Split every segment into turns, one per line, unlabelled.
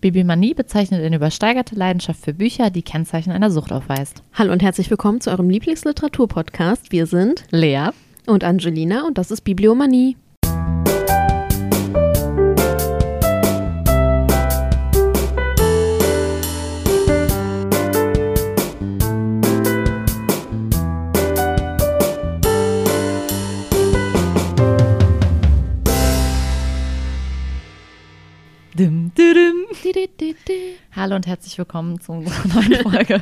Bibimanie bezeichnet eine übersteigerte Leidenschaft für Bücher, die Kennzeichen einer Sucht aufweist.
Hallo und herzlich willkommen zu eurem Lieblingsliteratur-Podcast. Wir sind
Lea.
und Angelina und das ist Bibliomanie.
Dim, didim. Hallo und herzlich willkommen zu unserer neuen Folge.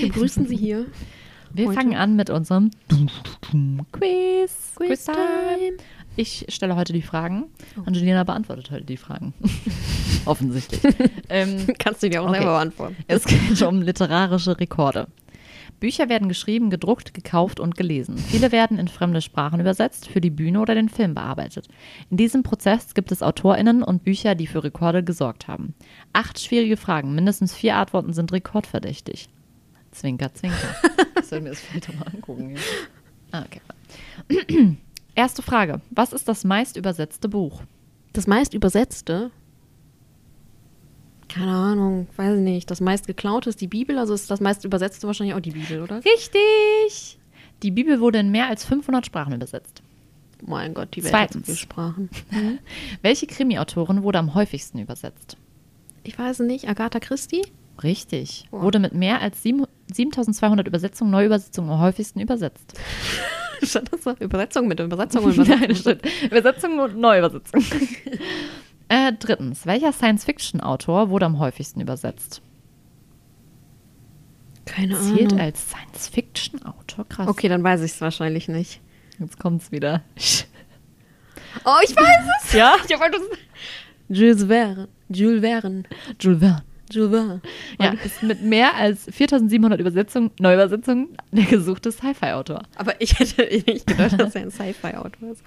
Wir grüßen Sie hier.
Wir
Heute.
fangen an mit unserem Quiz.
Quiz time. Oh.
Ich stelle heute die Fragen. Angelina beantwortet heute die Fragen. Offensichtlich. ähm,
Kannst du dir auch
Okay.
selber beantworten.
es geht um literarische Rekorde. Bücher werden geschrieben, gedruckt, gekauft und gelesen. Viele werden in fremde Sprachen übersetzt, für die Bühne oder den Film bearbeitet. In diesem Prozess gibt es AutorInnen und Bücher, die für Rekorde gesorgt haben. Acht schwierige Fragen, mindestens vier Antworten sind rekordverdächtig. Zwinker, zwinker. Ich soll mir das vielleicht mal angucken. Jetzt. Ah, okay. Erste Frage. Was ist das meist übersetzte Buch?
Das meist übersetzte. Keine Ahnung, weiß ich nicht. Das meist geklaute ist die Bibel, also ist das meist übersetzte wahrscheinlich auch die Bibel, oder?
Richtig! Die Bibel wurde in mehr als 500 Sprachen übersetzt.
Mein Gott, die Welt hat so
Zweitens.
viele Sprachen.
Welche Krimi-Autorin wurde am häufigsten übersetzt?
Ich weiß nicht, Agatha Christie?
Richtig.
Oh.
Wurde mit mehr als sieben- 7200 Übersetzungen, Neuübersetzungen am häufigsten übersetzt.
Stand das so? Übersetzung mit Übersetzung und Übersetzung.
Nein, stimmt. Übersetzungen und Neuübersetzungen. äh, drittens. Welcher Science-Fiction-Autor wurde am häufigsten übersetzt?
Keine
Zählt
Ahnung.
als Science-Fiction-Autor? Krass.
Ah. Okay, dann weiß ich es wahrscheinlich nicht.
Jetzt kommt's wieder.
Oh, ich weiß es!
Ja?
Ich wollte es. Jules Verne. Jules Verne.
Jules Verne.
Jules Verne.
Ja, ist mit mehr als 4700 Übersetzungen, Neuübersetzungen der gesuchte Sci-Fi-Autor.
Aber ich hätte eh nicht gedacht, dass er ein Sci-Fi-Autor ist.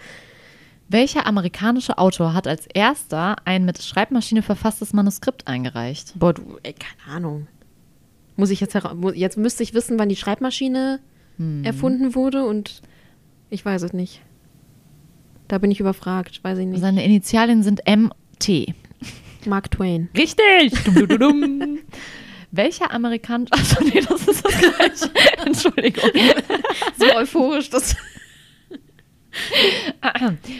Welcher amerikanische Autor hat als erster ein mit Schreibmaschine verfasstes Manuskript eingereicht?
Boah, du, ey, keine Ahnung. Muss ich jetzt hera- mu- Jetzt müsste ich wissen, wann die Schreibmaschine
Hm.
Mhm. erfunden wurde und ich weiß es nicht. Da bin ich überfragt, weiß ich nicht.
Seine Initialien sind MT.
Mark Twain.
Richtig! Dum, dum, dum, dum. Welcher amerikanische. Achso, nee, das ist das gleiche. Entschuldigung.
So euphorisch, das.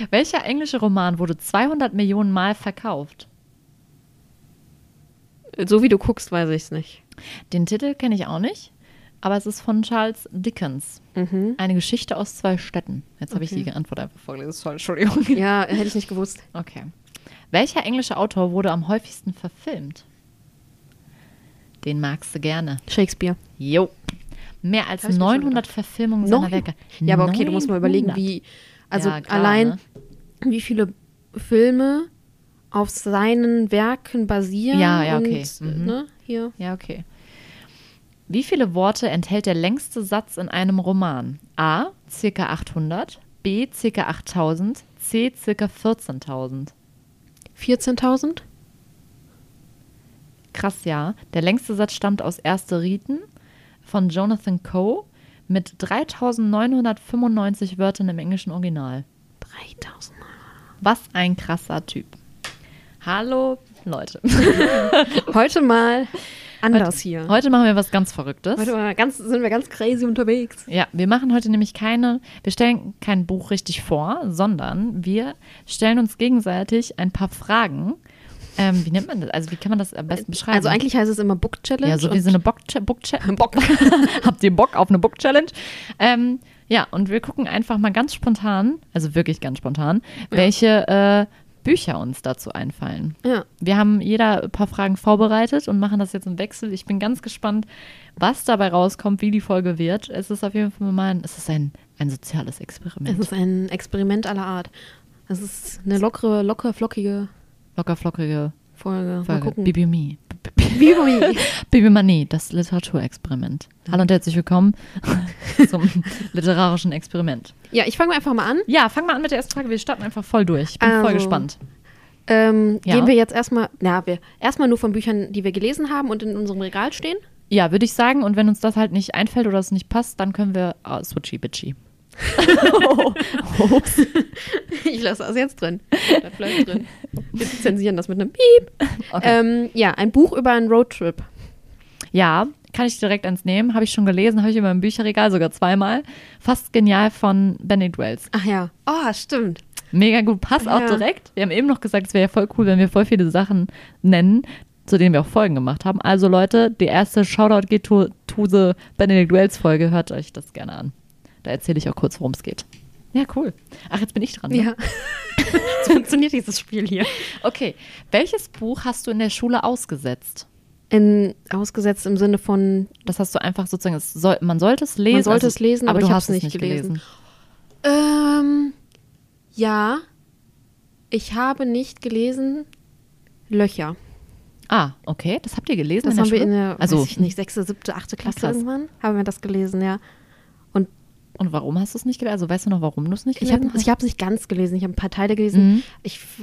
Welcher englische Roman wurde 200 Millionen Mal verkauft?
So wie du guckst, weiß ich es nicht.
Den Titel kenne ich auch nicht, aber es ist von Charles Dickens.
Mhm.
Eine Geschichte aus zwei Städten. Jetzt habe
Okay.
ich die Antwort einfach vorgelesen. Sorry, Entschuldigung.
Ja, hätte ich nicht gewusst.
Okay. Welcher englische Autor wurde am häufigsten verfilmt? Den magst du gerne.
Shakespeare.
Jo. Mehr als
Hab ich mir schon
900 Verfilmungen seiner
Neun-
Werke.
Ja, aber okay, du musst mal überlegen,
900.
wie, also
Ja, klar,
allein,
ne?
wie viele Filme auf seinen Werken basieren.
Ja, ja,
und,
okay,
äh,
mhm.
Ne, hier.
Ja, okay. Wie viele Worte enthält der längste Satz in einem Roman? A. Circa 800. B. Circa 8000. C. Circa 14.000.
14.000?
Krass, ja. Der längste Satz stammt aus Erste Riten von Jonathan Coe mit 3995 Wörtern im englischen Original.
3.000.
Was ein krasser Typ. Hallo, Leute.
Heute mal anders hier. Heute,
Heute machen wir was ganz Verrücktes.
mal ganz, sind wir ganz crazy unterwegs.
Ja, wir machen heute nämlich keine, wir stellen kein Buch richtig vor, sondern wir stellen uns gegenseitig ein paar Fragen. Ähm, wie nennt man das? Also wie kann man das am besten beschreiben?
Also eigentlich heißt es immer Book Challenge.
ja, so wie so eine Bock, Bock,
und Bock.
Habt ihr Bock auf eine Book Challenge? Ähm, ja, und wir gucken einfach mal ganz spontan, also wirklich ganz spontan, welche äh, Bücher uns dazu einfallen.
ja.
Wir haben jeder ein paar Fragen vorbereitet und machen das jetzt im Wechsel. Ich bin ganz gespannt, was dabei rauskommt, wie die Folge wird. Es ist auf jeden Fall mal ein, es ist ein, ein soziales
Es
Experiment.
ist ein Experiment aller Art. Es ist eine lockere, locker flockige
Locker flockige
Folge. Mal
Folge.
gucken.
Bibimie.
Bibi. Mhm.
Bibimanie, das Literaturexperiment. Hallo und herzlich willkommen zum literarischen Experiment.
Ja, ich fange einfach mal an.
Ja, fangen wir an mit der ersten Frage. Wir starten einfach voll durch. Ich bin voll
Also,
gespannt.
Ähm,
Ja.
Gehen wir jetzt erstmal, na, wir erstmal nur von Büchern, die wir gelesen haben und in unserem Regal stehen.
Ja, würde ich sagen. Und wenn uns das halt nicht einfällt oder es nicht passt, dann können wir ah, switchy bitchy. oh, ups.
Ich lasse das jetzt drin. Das bleibt drin. Wir zensieren das mit einem Piep.
Okay.
Ähm, ja, ein Buch über einen Roadtrip.
Ja, kann ich direkt ans nehmen. Habe ich schon gelesen, habe ich in meinem Bücherregal sogar zweimal. Fast genial von Benedict Wells.
Ach ja. Oh, stimmt.
Mega gut, passt auch
Ja.
direkt. Wir haben eben noch gesagt, es wäre ja voll cool, wenn wir voll viele Sachen nennen, zu denen wir auch Folgen gemacht haben. Also Leute, die erste Shoutout geht to, to the Benedict Wells Folge. Hört euch das gerne an. Da erzähle ich auch kurz, worum es geht. Ja, cool. Ach, jetzt bin ich dran. Ne?
Ja. so funktioniert dieses Spiel hier.
Okay, welches Buch hast du in der Schule ausgesetzt?
In, ausgesetzt im Sinne von,
Das hast du einfach sozusagen, es soll, man sollte es lesen. Also,
man sollte es lesen, aber,
du
ich habe
hast
es nicht, gelesen. Ähm, ja, ich habe nicht gelesen Löcher.
Ah, okay, das habt ihr gelesen
Das
in der
haben wir
Schule?
in der,
also,
weiß ich nicht, sechste, siebte, achte Klasse
krass.
irgendwann, haben wir das gelesen, ja.
Und warum hast du es nicht gelesen? Also weißt du noch, warum du es nicht
Ich habe
gelesen
es nicht ganz gelesen, ich habe ein paar Teile gelesen.
Mhm.
Ich f-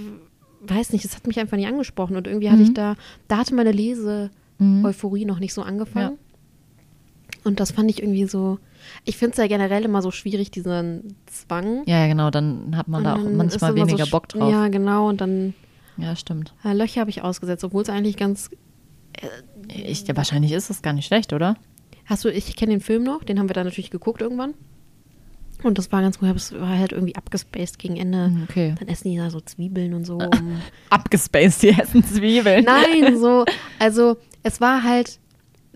weiß nicht, es hat mich einfach nicht angesprochen und irgendwie hatte ich
Mhm.
da, da hatte meine Lese-Euphorie noch nicht so angefangen. Und das fand ich irgendwie so, ich finde es ja generell immer so schwierig, diesen Zwang.
Ja, ja, genau, dann hat man
Und
da auch
dann ist
manchmal
immer so
weniger
sch-
Bock drauf. Ja,
Ja, genau, und dann
stimmt.
äh, Löcher habe ich ausgesetzt, obwohl es eigentlich ganz,
Ich, ja, wahrscheinlich ist es gar nicht schlecht, oder?
hast du, ich kenne den Film noch, den haben wir dann natürlich geguckt irgendwann. Und das war ganz cool, aber es war halt irgendwie abgespaced gegen Ende.
Okay.
Dann essen die da so Zwiebeln und so, um
Abgespaced, die essen Zwiebeln.
Nein, so, also es war halt,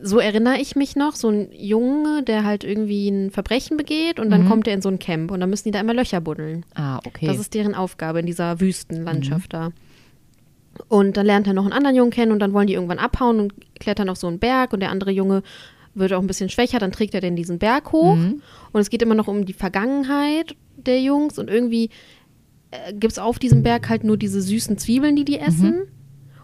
so erinnere ich mich noch, so ein Junge, der halt irgendwie ein Verbrechen begeht und dann kommt er in so ein Camp und dann müssen die da immer Löcher buddeln.
Ah, okay.
Das ist deren Aufgabe in dieser Wüstenlandschaft da. Und dann lernt er noch einen anderen Jungen kennen und dann wollen die irgendwann abhauen und klettern auf so einen Berg und der andere Junge wird auch ein bisschen schwächer, dann trägt er den diesen Berg hoch und es geht immer noch um die Vergangenheit der Jungs und irgendwie äh, gibt es auf diesem Berg halt nur diese süßen Zwiebeln, die die essen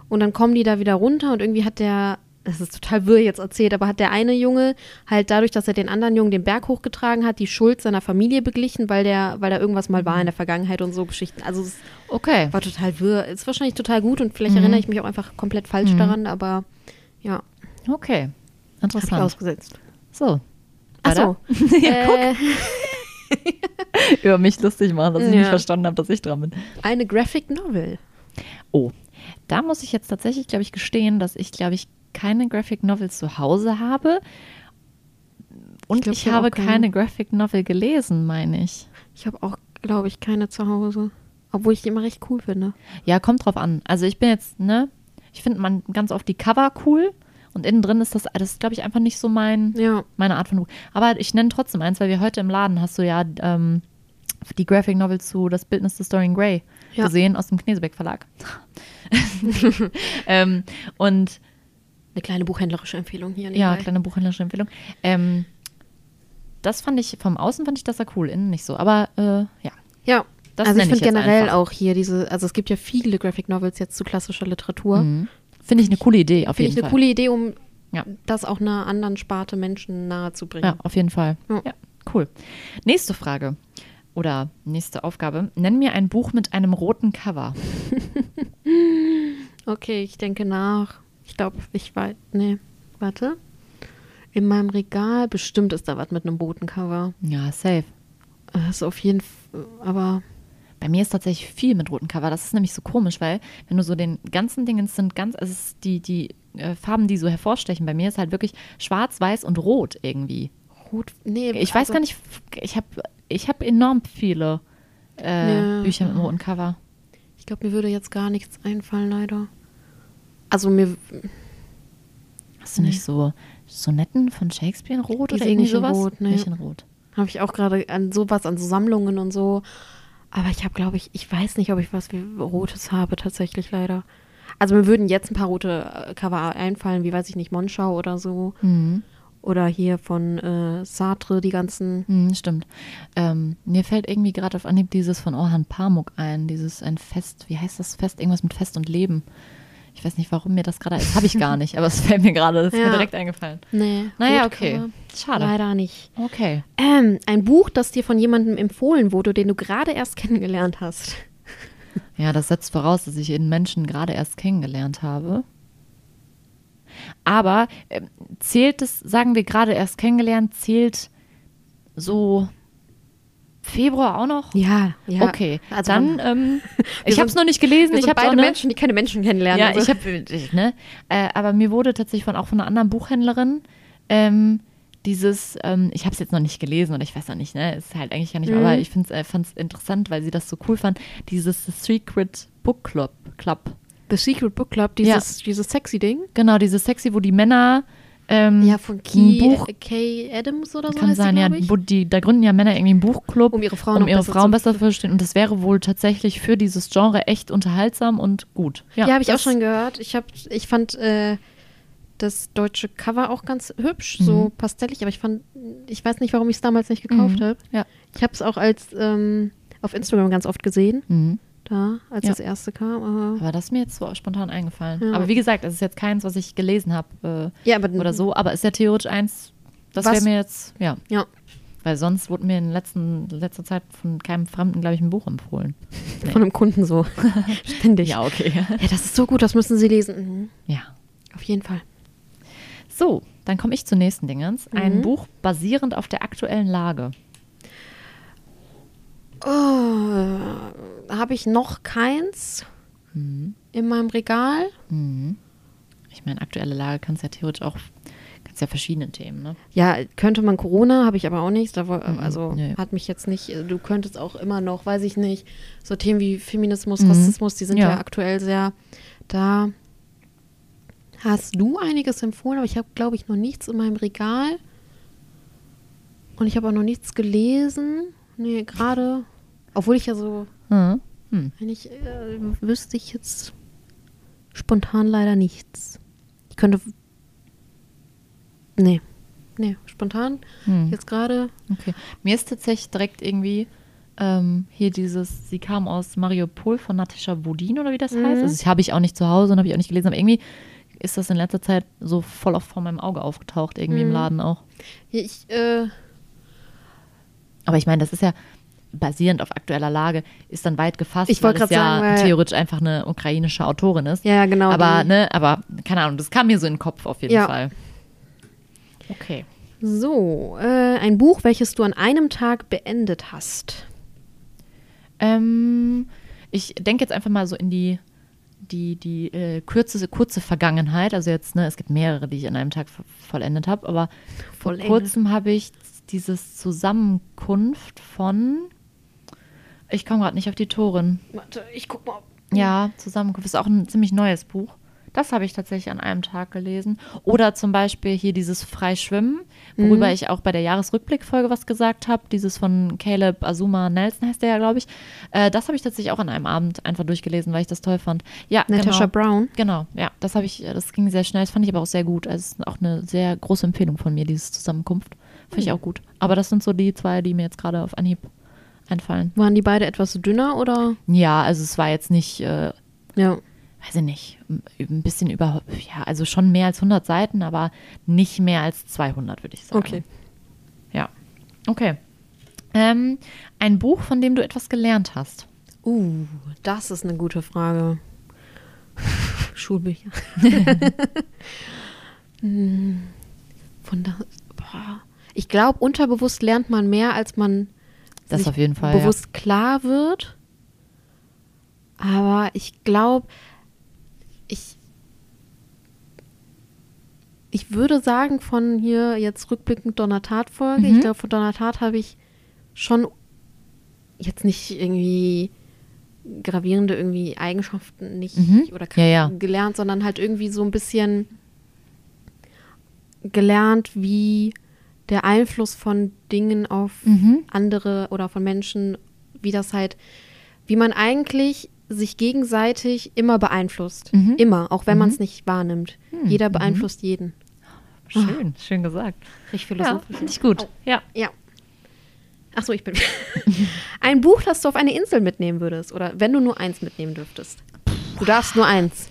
und dann kommen die da wieder runter und irgendwie hat der, das ist total wirr jetzt erzählt, aber hat der eine Junge halt dadurch, dass er den anderen Jungen den Berg hochgetragen hat, die Schuld seiner Familie beglichen, weil der, weil da irgendwas mal war in der Vergangenheit und so Geschichten. Also es
okay.
war total wirr. Ist wahrscheinlich total gut und vielleicht erinnere ich mich auch einfach komplett falsch daran, aber ja,
Okay.
hab ich
Interessant.
ausgesetzt.
So.
Achso.
ja, guck.
Äh,
Über mich lustig machen, dass ich
Ja.
nicht verstanden habe, dass ich dran bin.
eine Graphic Novel.
Oh, da muss ich jetzt tatsächlich, glaube ich, gestehen, dass ich, glaube ich, keine Graphic Novel zu Hause habe. Und ich,
glaub, ich hab
habe
auch keine.
keine Graphic Novel gelesen, meine ich.
Ich habe auch, glaube ich, keine zu Hause. Obwohl ich die immer recht cool finde.
Ja, kommt drauf an. Also ich bin jetzt, ne, ich finde man ganz oft die Cover cool und innen drin ist das, ah, das ist, glaube ich, einfach nicht so mein,
Ja.
meine Art von Buch. Aber ich nenne trotzdem eins, weil wir heute im Laden hast du ja ähm, die Graphic Novel zu Das Bildnis des Dorian Gray
Ja.
gesehen aus dem Knesebeck Verlag. ähm, und
Eine kleine buchhändlerische Empfehlung hier.
Ja,
nebenbei.
kleine buchhändlerische Empfehlung. Ähm, das fand ich, vom Außen fand ich das ja cool, innen nicht so. Aber äh, ja,
Ja,
Das
also ich
nenn ich
finde
jetzt
generell
einfach.
auch hier diese, also es gibt ja viele Graphic Novels jetzt zu klassischer Literatur.
finde ich eine coole Idee, Mhm, auf
Finde
jeden
ich
Fall.
eine coole Idee, um
Ja.
das auch einer anderen Sparte Menschen nahezubringen.
ja, auf jeden Fall. Ja.
Ja.
cool. Nächste Frage oder nächste Aufgabe. Nenn mir ein Buch mit einem roten Cover.
Okay, ich denke nach. Ich glaube, ich weiß, nee, warte. In meinem Regal bestimmt ist da was mit einem Botencover.
Ja, safe.
Das ist auf jeden Fall, aber
Bei mir ist tatsächlich viel mit roten Cover. Das ist nämlich so komisch, weil wenn du so den ganzen Dingen sind ganz, also es ist die, die äh, Farben, die so hervorstechen, bei mir ist halt wirklich schwarz, weiß und rot irgendwie.
rot, nee.
Ich weiß
also-
gar nicht, ich habe ich hab enorm viele äh,
Ja.
Bücher mit einem roten Cover.
Ich glaube, mir würde jetzt gar nichts einfallen, leider. Also mir,
Hast du nicht so Sonetten von Shakespeare in Rot
Die
oder
sind
irgendwie
nicht in
sowas?
Rot, nee.
Nicht in Rot.
Habe ich auch gerade an sowas, an so Sammlungen und so. Aber ich habe, glaube ich, ich weiß nicht, ob ich was wie Rotes habe, tatsächlich leider. Also mir würden jetzt ein paar rote äh, Cover einfallen, wie weiß ich nicht, Monschau oder so.
Mhm.
Oder hier von äh, Sartre, die ganzen.
Mhm, stimmt. Ähm, mir fällt irgendwie gerade auf Anhieb dieses von Orhan Pamuk ein, dieses ein Fest, wie heißt das Fest? Irgendwas mit Fest und Leben. Ich weiß nicht, warum mir das gerade ist. Habe ich gar nicht, aber es fällt mir gerade, das ist mir
Ja.
direkt eingefallen.
Nee.
Naja,
rote
okay.
Cover
Schade.
Leider nicht.
Okay.
Ähm, ein Buch, das dir von jemandem empfohlen wurde, den du gerade erst kennengelernt hast.
Ja, das setzt voraus, dass ich einen Menschen gerade erst kennengelernt habe. Aber ähm, zählt es, sagen wir gerade erst kennengelernt, zählt so Februar auch noch?
Ja, ja.
Okay,
Also
dann, ähm, ich
sind-
habe es noch nicht gelesen.
Wir
ich
sind
habe
beide
ne,
Menschen, die keine Menschen kennenlernen.
Ja,
also.
ich habe, ne? Äh, aber mir wurde tatsächlich von auch von einer anderen Buchhändlerin ähm, dieses, ähm, ich habe es jetzt noch nicht gelesen oder ich weiß noch nicht, ne? Ist halt eigentlich gar nicht,
Mhm.
aber ich find's, äh, fand's interessant, weil sie das so cool fand. Dieses The Secret Book Club. Club.
The Secret Book Club, dieses, dieses sexy Ding.
Genau, dieses sexy, wo die Männer ähm,
Ja, von
ein
Key,
Buch
äh, Kay Adams oder so
kann
heißt
sein,
die,
ja,
glaub ich.
wo die, da gründen ja Männer irgendwie einen Buchclub,
Um ihre Frauen
um
noch
ihre
besser
Frauen
zu-
besser zu verstehen. Und das wäre wohl tatsächlich für dieses Genre echt unterhaltsam und gut.
Ja, habe ich auch
das- mhm.
schon gehört. Ich, hab, ich fand äh, das deutsche Cover auch ganz hübsch, so pastellig, aber ich fand, ich weiß nicht, warum ich es damals nicht gekauft
Mhm.
habe.
Ja.
Ich habe es auch als ähm, auf Instagram ganz oft gesehen,
Mhm.
da, als
Ja.
das erste kam. aber-
Aber das ist mir jetzt so spontan eingefallen.
Mhm. Ja.
Aber wie gesagt, es ist jetzt keins, was ich gelesen habe äh,
ja, aber
oder so. Aber ist ja theoretisch eins, das
Was-
wäre mir jetzt, ja.
Ja,
Weil sonst wurde mir in letzten, letzter Zeit von keinem Fremden, glaube ich, ein Buch empfohlen. Nee.
von einem Kunden so. Ständig.
Ja, okay.
Ja, das ist so gut, das müssen Sie lesen. Mhm.
ja.
Auf jeden Fall.
So, dann komme ich zur nächsten Dingens.
Mhm.
Ein Buch basierend auf der aktuellen Lage.
Oh, habe ich noch keins
Mhm.
in meinem Regal?
Ich meine, aktuelle Lage kannst ja theoretisch auch, kannst ja verschiedene Themen, ne?
Ja, könnte man Corona, habe ich aber auch nichts. Da, wo- also
nee.
hat mich jetzt nicht, äh, du könntest auch immer noch, weiß ich nicht, so Themen wie Feminismus, Rassismus, die sind ja.
Ja.
aktuell sehr da. Hast du einiges empfohlen, aber ich habe, glaube ich, noch nichts in meinem Regal. Und ich habe auch noch nichts gelesen. Nee, gerade. Obwohl ich ja so,
Mhm. Hm.
wenn ich, äh, wüsste ich jetzt spontan leider nichts. Ich könnte. Nee. Nee, spontan.
Hm.
Jetzt gerade.
Okay. Mir ist tatsächlich direkt irgendwie ähm, hier dieses, sie kam aus Mariupol von Natascha Budin oder wie das
Mhm.
heißt. Also, das habe ich auch nicht zu Hause und habe ich auch nicht gelesen, aber irgendwie ist das in letzter Zeit so voll oft vor meinem Auge aufgetaucht, irgendwie
Mhm.
im Laden auch.
Ich, äh,
Aber ich meine, das ist ja basierend auf aktueller Lage, ist dann weit gefasst,
Ich
weil
wollte
das
gerade
ja
sagen, weil-
theoretisch einfach eine ukrainische Autorin ist.
Ja, genau,
Aber,
die-
ne, aber keine Ahnung, das kam mir so in den Kopf auf jeden
Ja.
Fall. Okay.
so, äh, ein Buch, welches du an einem Tag beendet hast.
Ähm, ich denke jetzt einfach mal so in die, die, die äh, kürzeste, kurze Vergangenheit. Also jetzt, ne, es gibt mehrere, die ich an einem Tag vo- vollendet habe, aber vor
Vollendet.
kurzem habe ich dieses Zusammenkunft von, ich komme gerade nicht auf die Torin.
Warte, ich guck mal.
Ja, Zusammenkunft ist auch ein ziemlich neues Buch. Das habe ich tatsächlich an einem Tag gelesen. Oder zum Beispiel hier dieses Freischwimmen,
Mhm.
worüber ich auch bei der Jahresrückblickfolge was gesagt habe. Dieses von Caleb Azuma Nelson heißt der ja, glaube ich. Äh, das habe ich tatsächlich auch an einem Abend einfach durchgelesen, weil ich das toll fand. Ja,
Natasha
genau.
Brown.
Genau, ja, das habe ich, das ging sehr schnell, das fand ich aber auch sehr gut. Also es ist auch eine sehr große Empfehlung von mir, diese Zusammenkunft. Fand
Mhm.
ich auch gut. Aber das sind so die zwei, die mir jetzt gerade auf Anhieb einfallen.
Waren die beide etwas dünner oder?
Ja, also es war jetzt nicht äh,
Ja. weiß
weiß ich nicht, m- ein bisschen über, ja, also schon mehr als 100 Seiten, aber nicht mehr als 200, würde ich sagen.
Okay.
Ja. Okay. Ähm, ein Buch, von dem du etwas gelernt hast.
Uh, das ist eine gute Frage. Schulbücher. Hm, Von da, boah. Ich glaube, unterbewusst lernt man mehr, als man
Das
sich
auf jeden Fall.
bewusst klar wird. Aber ich glaube, ich, ich würde sagen, von hier jetzt rückblickend Donnertat-Folge,
Mhm.
ich glaube, von Donnertat habe ich schon jetzt nicht irgendwie gravierende irgendwie Eigenschaften nicht
Mhm.
oder
Ja, ja.
gelernt, sondern halt irgendwie so ein bisschen gelernt, wie der Einfluss von Dingen auf
Mhm.
andere oder von Menschen, wie das halt, wie man eigentlich sich gegenseitig immer beeinflusst.
Mhm. Hm.
Immer, auch wenn man es nicht wahrnimmt. Jeder beeinflusst jeden.
Ja. Schön, schön gesagt.
Richtig
Ja,
Ah. philosophisch. Oh.
finde ich gut.
Au.
Ja.
Ja. Achso, ich bin. ein Buch, das du auf eine Insel mitnehmen würdest. Oder wenn du nur eins mitnehmen dürftest. Du darfst nur eins.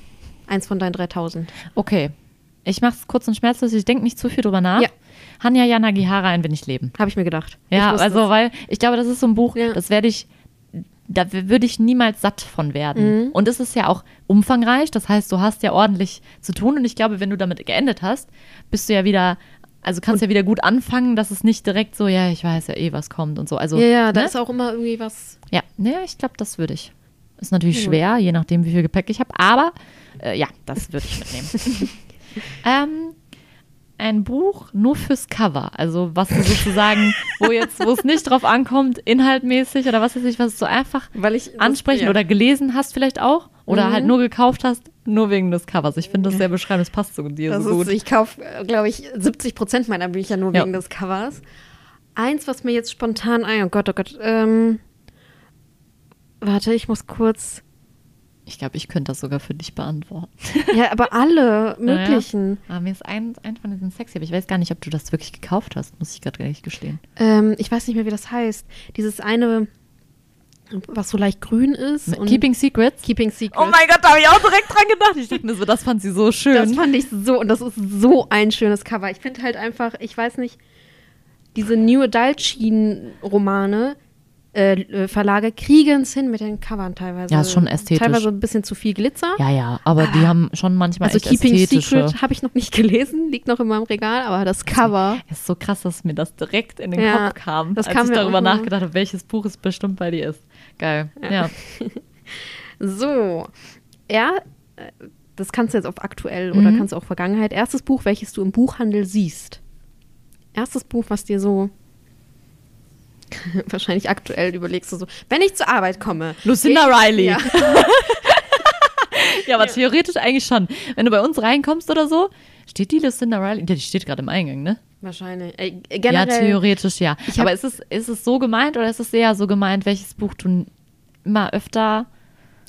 Eins von deinen 3000.
Okay. Ich mache es kurz und schmerzlos, ich denke nicht zu viel drüber nach.
Ja.
Hanja Jana Gihara, ein wenig Leben.
Habe ich mir gedacht.
Ja,
ich wusste
also
es.
weil ich glaube, das ist so ein Buch,
Ja.
das werde ich, da w- würde ich niemals satt von
Mhm.
werden. Und es ist ja auch umfangreich, das heißt, du hast ja ordentlich zu tun und ich glaube, wenn du damit geendet hast, bist du ja wieder Also kannst ja wieder gut anfangen, dass es nicht direkt so, ja, ich weiß ja eh, was kommt und so. Also,
ja, ja, da
ne?
ist auch immer irgendwie was.
ja, ne, ich glaube, das würde ich. Ist natürlich schwer, je nachdem, wie viel Gepäck ich habe, aber äh, ja, das würde ich mitnehmen. ähm, ein Buch nur fürs Cover, also was du sozusagen, wo jetzt, wo es nicht drauf ankommt, inhaltmäßig oder was weiß ich, was du einfach
Weil ich das-
ansprechen
ja. Mhm.
oder gelesen hast vielleicht auch oder halt nur gekauft hast, nur wegen des Covers. Ich finde das sehr beschreibend, das passt zu dir
Das
so
ist,
gut.
ich kaufe, glaube ich, 70 Prozent meiner Bücher nur
Ja.
wegen des Covers. Eins, was mir jetzt spontan ein, oh Gott, oh Gott, ähm, warte, ich muss kurz.
Ich glaube, ich könnte das sogar für dich beantworten.
Ja, aber alle möglichen.
Naja. Aber mir ist ein, ein von diesen sexy, aber ich weiß gar nicht, ob du das wirklich gekauft hast, muss ich gerade ehrlich gestehen.
Ähm, ich weiß nicht mehr, wie das heißt. Dieses eine, was so leicht grün ist. und- Oh
Keeping Secrets?
Keeping Secret.
Gott, da habe ich auch direkt dran gedacht. Ich dachte mir so, das fand sie so schön.
Das fand ich so, und das ist so ein schönes Cover. Ich finde halt einfach, ich weiß nicht, diese New Adult Schienen-Romane, äh, äh, Verlage kriegen es hin mit den Covern teilweise.
Ja, ist schon ästhetisch.
Teilweise ein bisschen zu viel Glitzer.
ja, ja, aber die haben schon manchmal
also
echt
Keeping
ästhetische.
Secret habe ich noch nicht gelesen, liegt noch in meinem Regal, aber das Cover.
Ist so krass, dass mir das direkt in den
Ja,
Kopf kam,
das
als
kam
ich
mir
darüber
auch nur-
nachgedacht habe, welches Buch es bestimmt bei dir ist. Geil. Ja.
So, er, äh, das kannst du jetzt auf aktuell oder
Mhm.
kannst du auch Vergangenheit. Erstes Buch, welches du im Buchhandel siehst. Erstes Buch, was dir so wahrscheinlich aktuell überlegst du so, wenn ich zur Arbeit komme.
Lucinda
ich,
Riley.
Ja,
Ja, aber theoretisch eigentlich schon. Wenn du bei uns reinkommst oder so, steht die Lucinda Riley. Ja, die steht gerade im Eingang, ne?
wahrscheinlich. Äh,
ja,
generell.
theoretisch ja.
Ich hab-
Aber ist es, ist es so gemeint oder ist es eher so gemeint, welches Buch du n- immer öfter.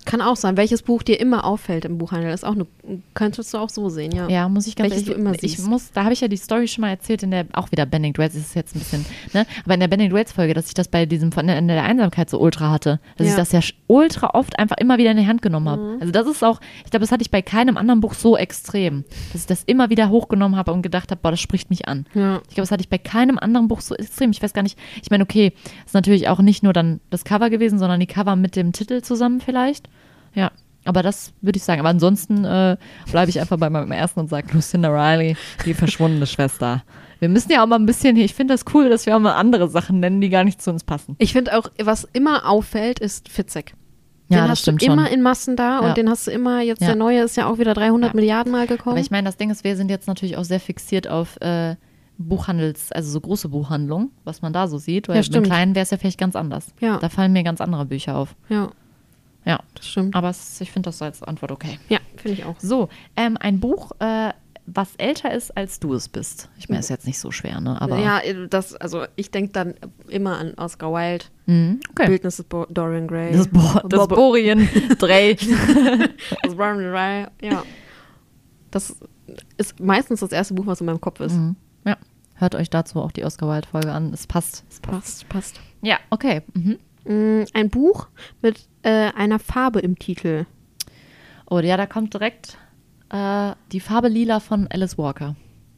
kann auch sein, welches Buch dir immer auffällt im Buchhandel. Ist auch eine, könntest du auch so sehen, ja.
Ja, muss ich ganz
Welches
ehrlich- ne,
du immer
ich
siehst.
muss, da habe ich ja die Story schon mal erzählt in der, auch wieder Benedict Waits, ist jetzt ein bisschen, ne? Aber in der Benedict Waits Folge, dass ich das bei diesem von der, in der Einsamkeit so ultra hatte, dass
Ja. Mhm.
ich das ja sch- ultra oft einfach immer wieder in die Hand genommen habe. Also das ist auch, ich glaube, das hatte ich bei keinem anderen Buch so extrem, dass ich das immer wieder hochgenommen habe und gedacht habe, boah, das spricht mich an.
Ja.
Ich glaube, das hatte ich bei keinem anderen Buch so extrem. Ich weiß gar nicht. Ich meine, okay, ist natürlich auch nicht nur dann das Cover gewesen, sondern die Cover mit dem Titel zusammen vielleicht. Ja, aber das würde ich sagen. Aber ansonsten äh, bleibe ich einfach bei meinem ersten und sage Lucinda Riley, die verschwundene Schwester. Wir müssen ja auch mal ein bisschen hier, ich finde das cool, dass wir auch mal andere Sachen nennen, die gar nicht zu uns passen.
Ich finde auch, was immer auffällt, ist Fitzek.
Ja,
den
das
hast
stimmt
du
schon.
immer in Massen da
Ja.
und den hast du immer, jetzt
Ja.
der neue ist ja auch wieder 300
Ja.
Milliarden Mal gekommen.
Aber ich meine, das Ding ist, wir sind jetzt natürlich auch sehr fixiert auf äh, Buchhandels, also so große Buchhandlungen, was man da so sieht. Weil
Ja,
im
stimmt.
Kleinen wäre es ja vielleicht ganz anders.
Ja.
Da fallen mir ganz andere Bücher auf.
ja,
Ja.
das stimmt.
Aber es, ich finde das als Antwort okay.
Ja, finde ich auch.
So, ähm, ein Buch, äh, was älter ist, als du es bist. Ich meine, ist jetzt nicht so schwer, ne? Aber
ja, das, also ich denke dann immer an Oscar Wilde,
Hm, okay.
Bildnis des Bo Dorian Gray.
Das, Bo das
Bob-
Borien, Dreh.
das Dorian Gray, ja. Das ist meistens das erste Buch, was in meinem Kopf ist.
Mhm. Ja. Hört euch dazu auch die Oscar Wilde Folge an. Es passt. Es passt.
Passt, passt.
Ja, okay. Mhm.
Mm, Ein Buch mit äh, einer Farbe im Titel.
Oh ja, da kommt direkt äh, die Farbe lila von Alice Walker.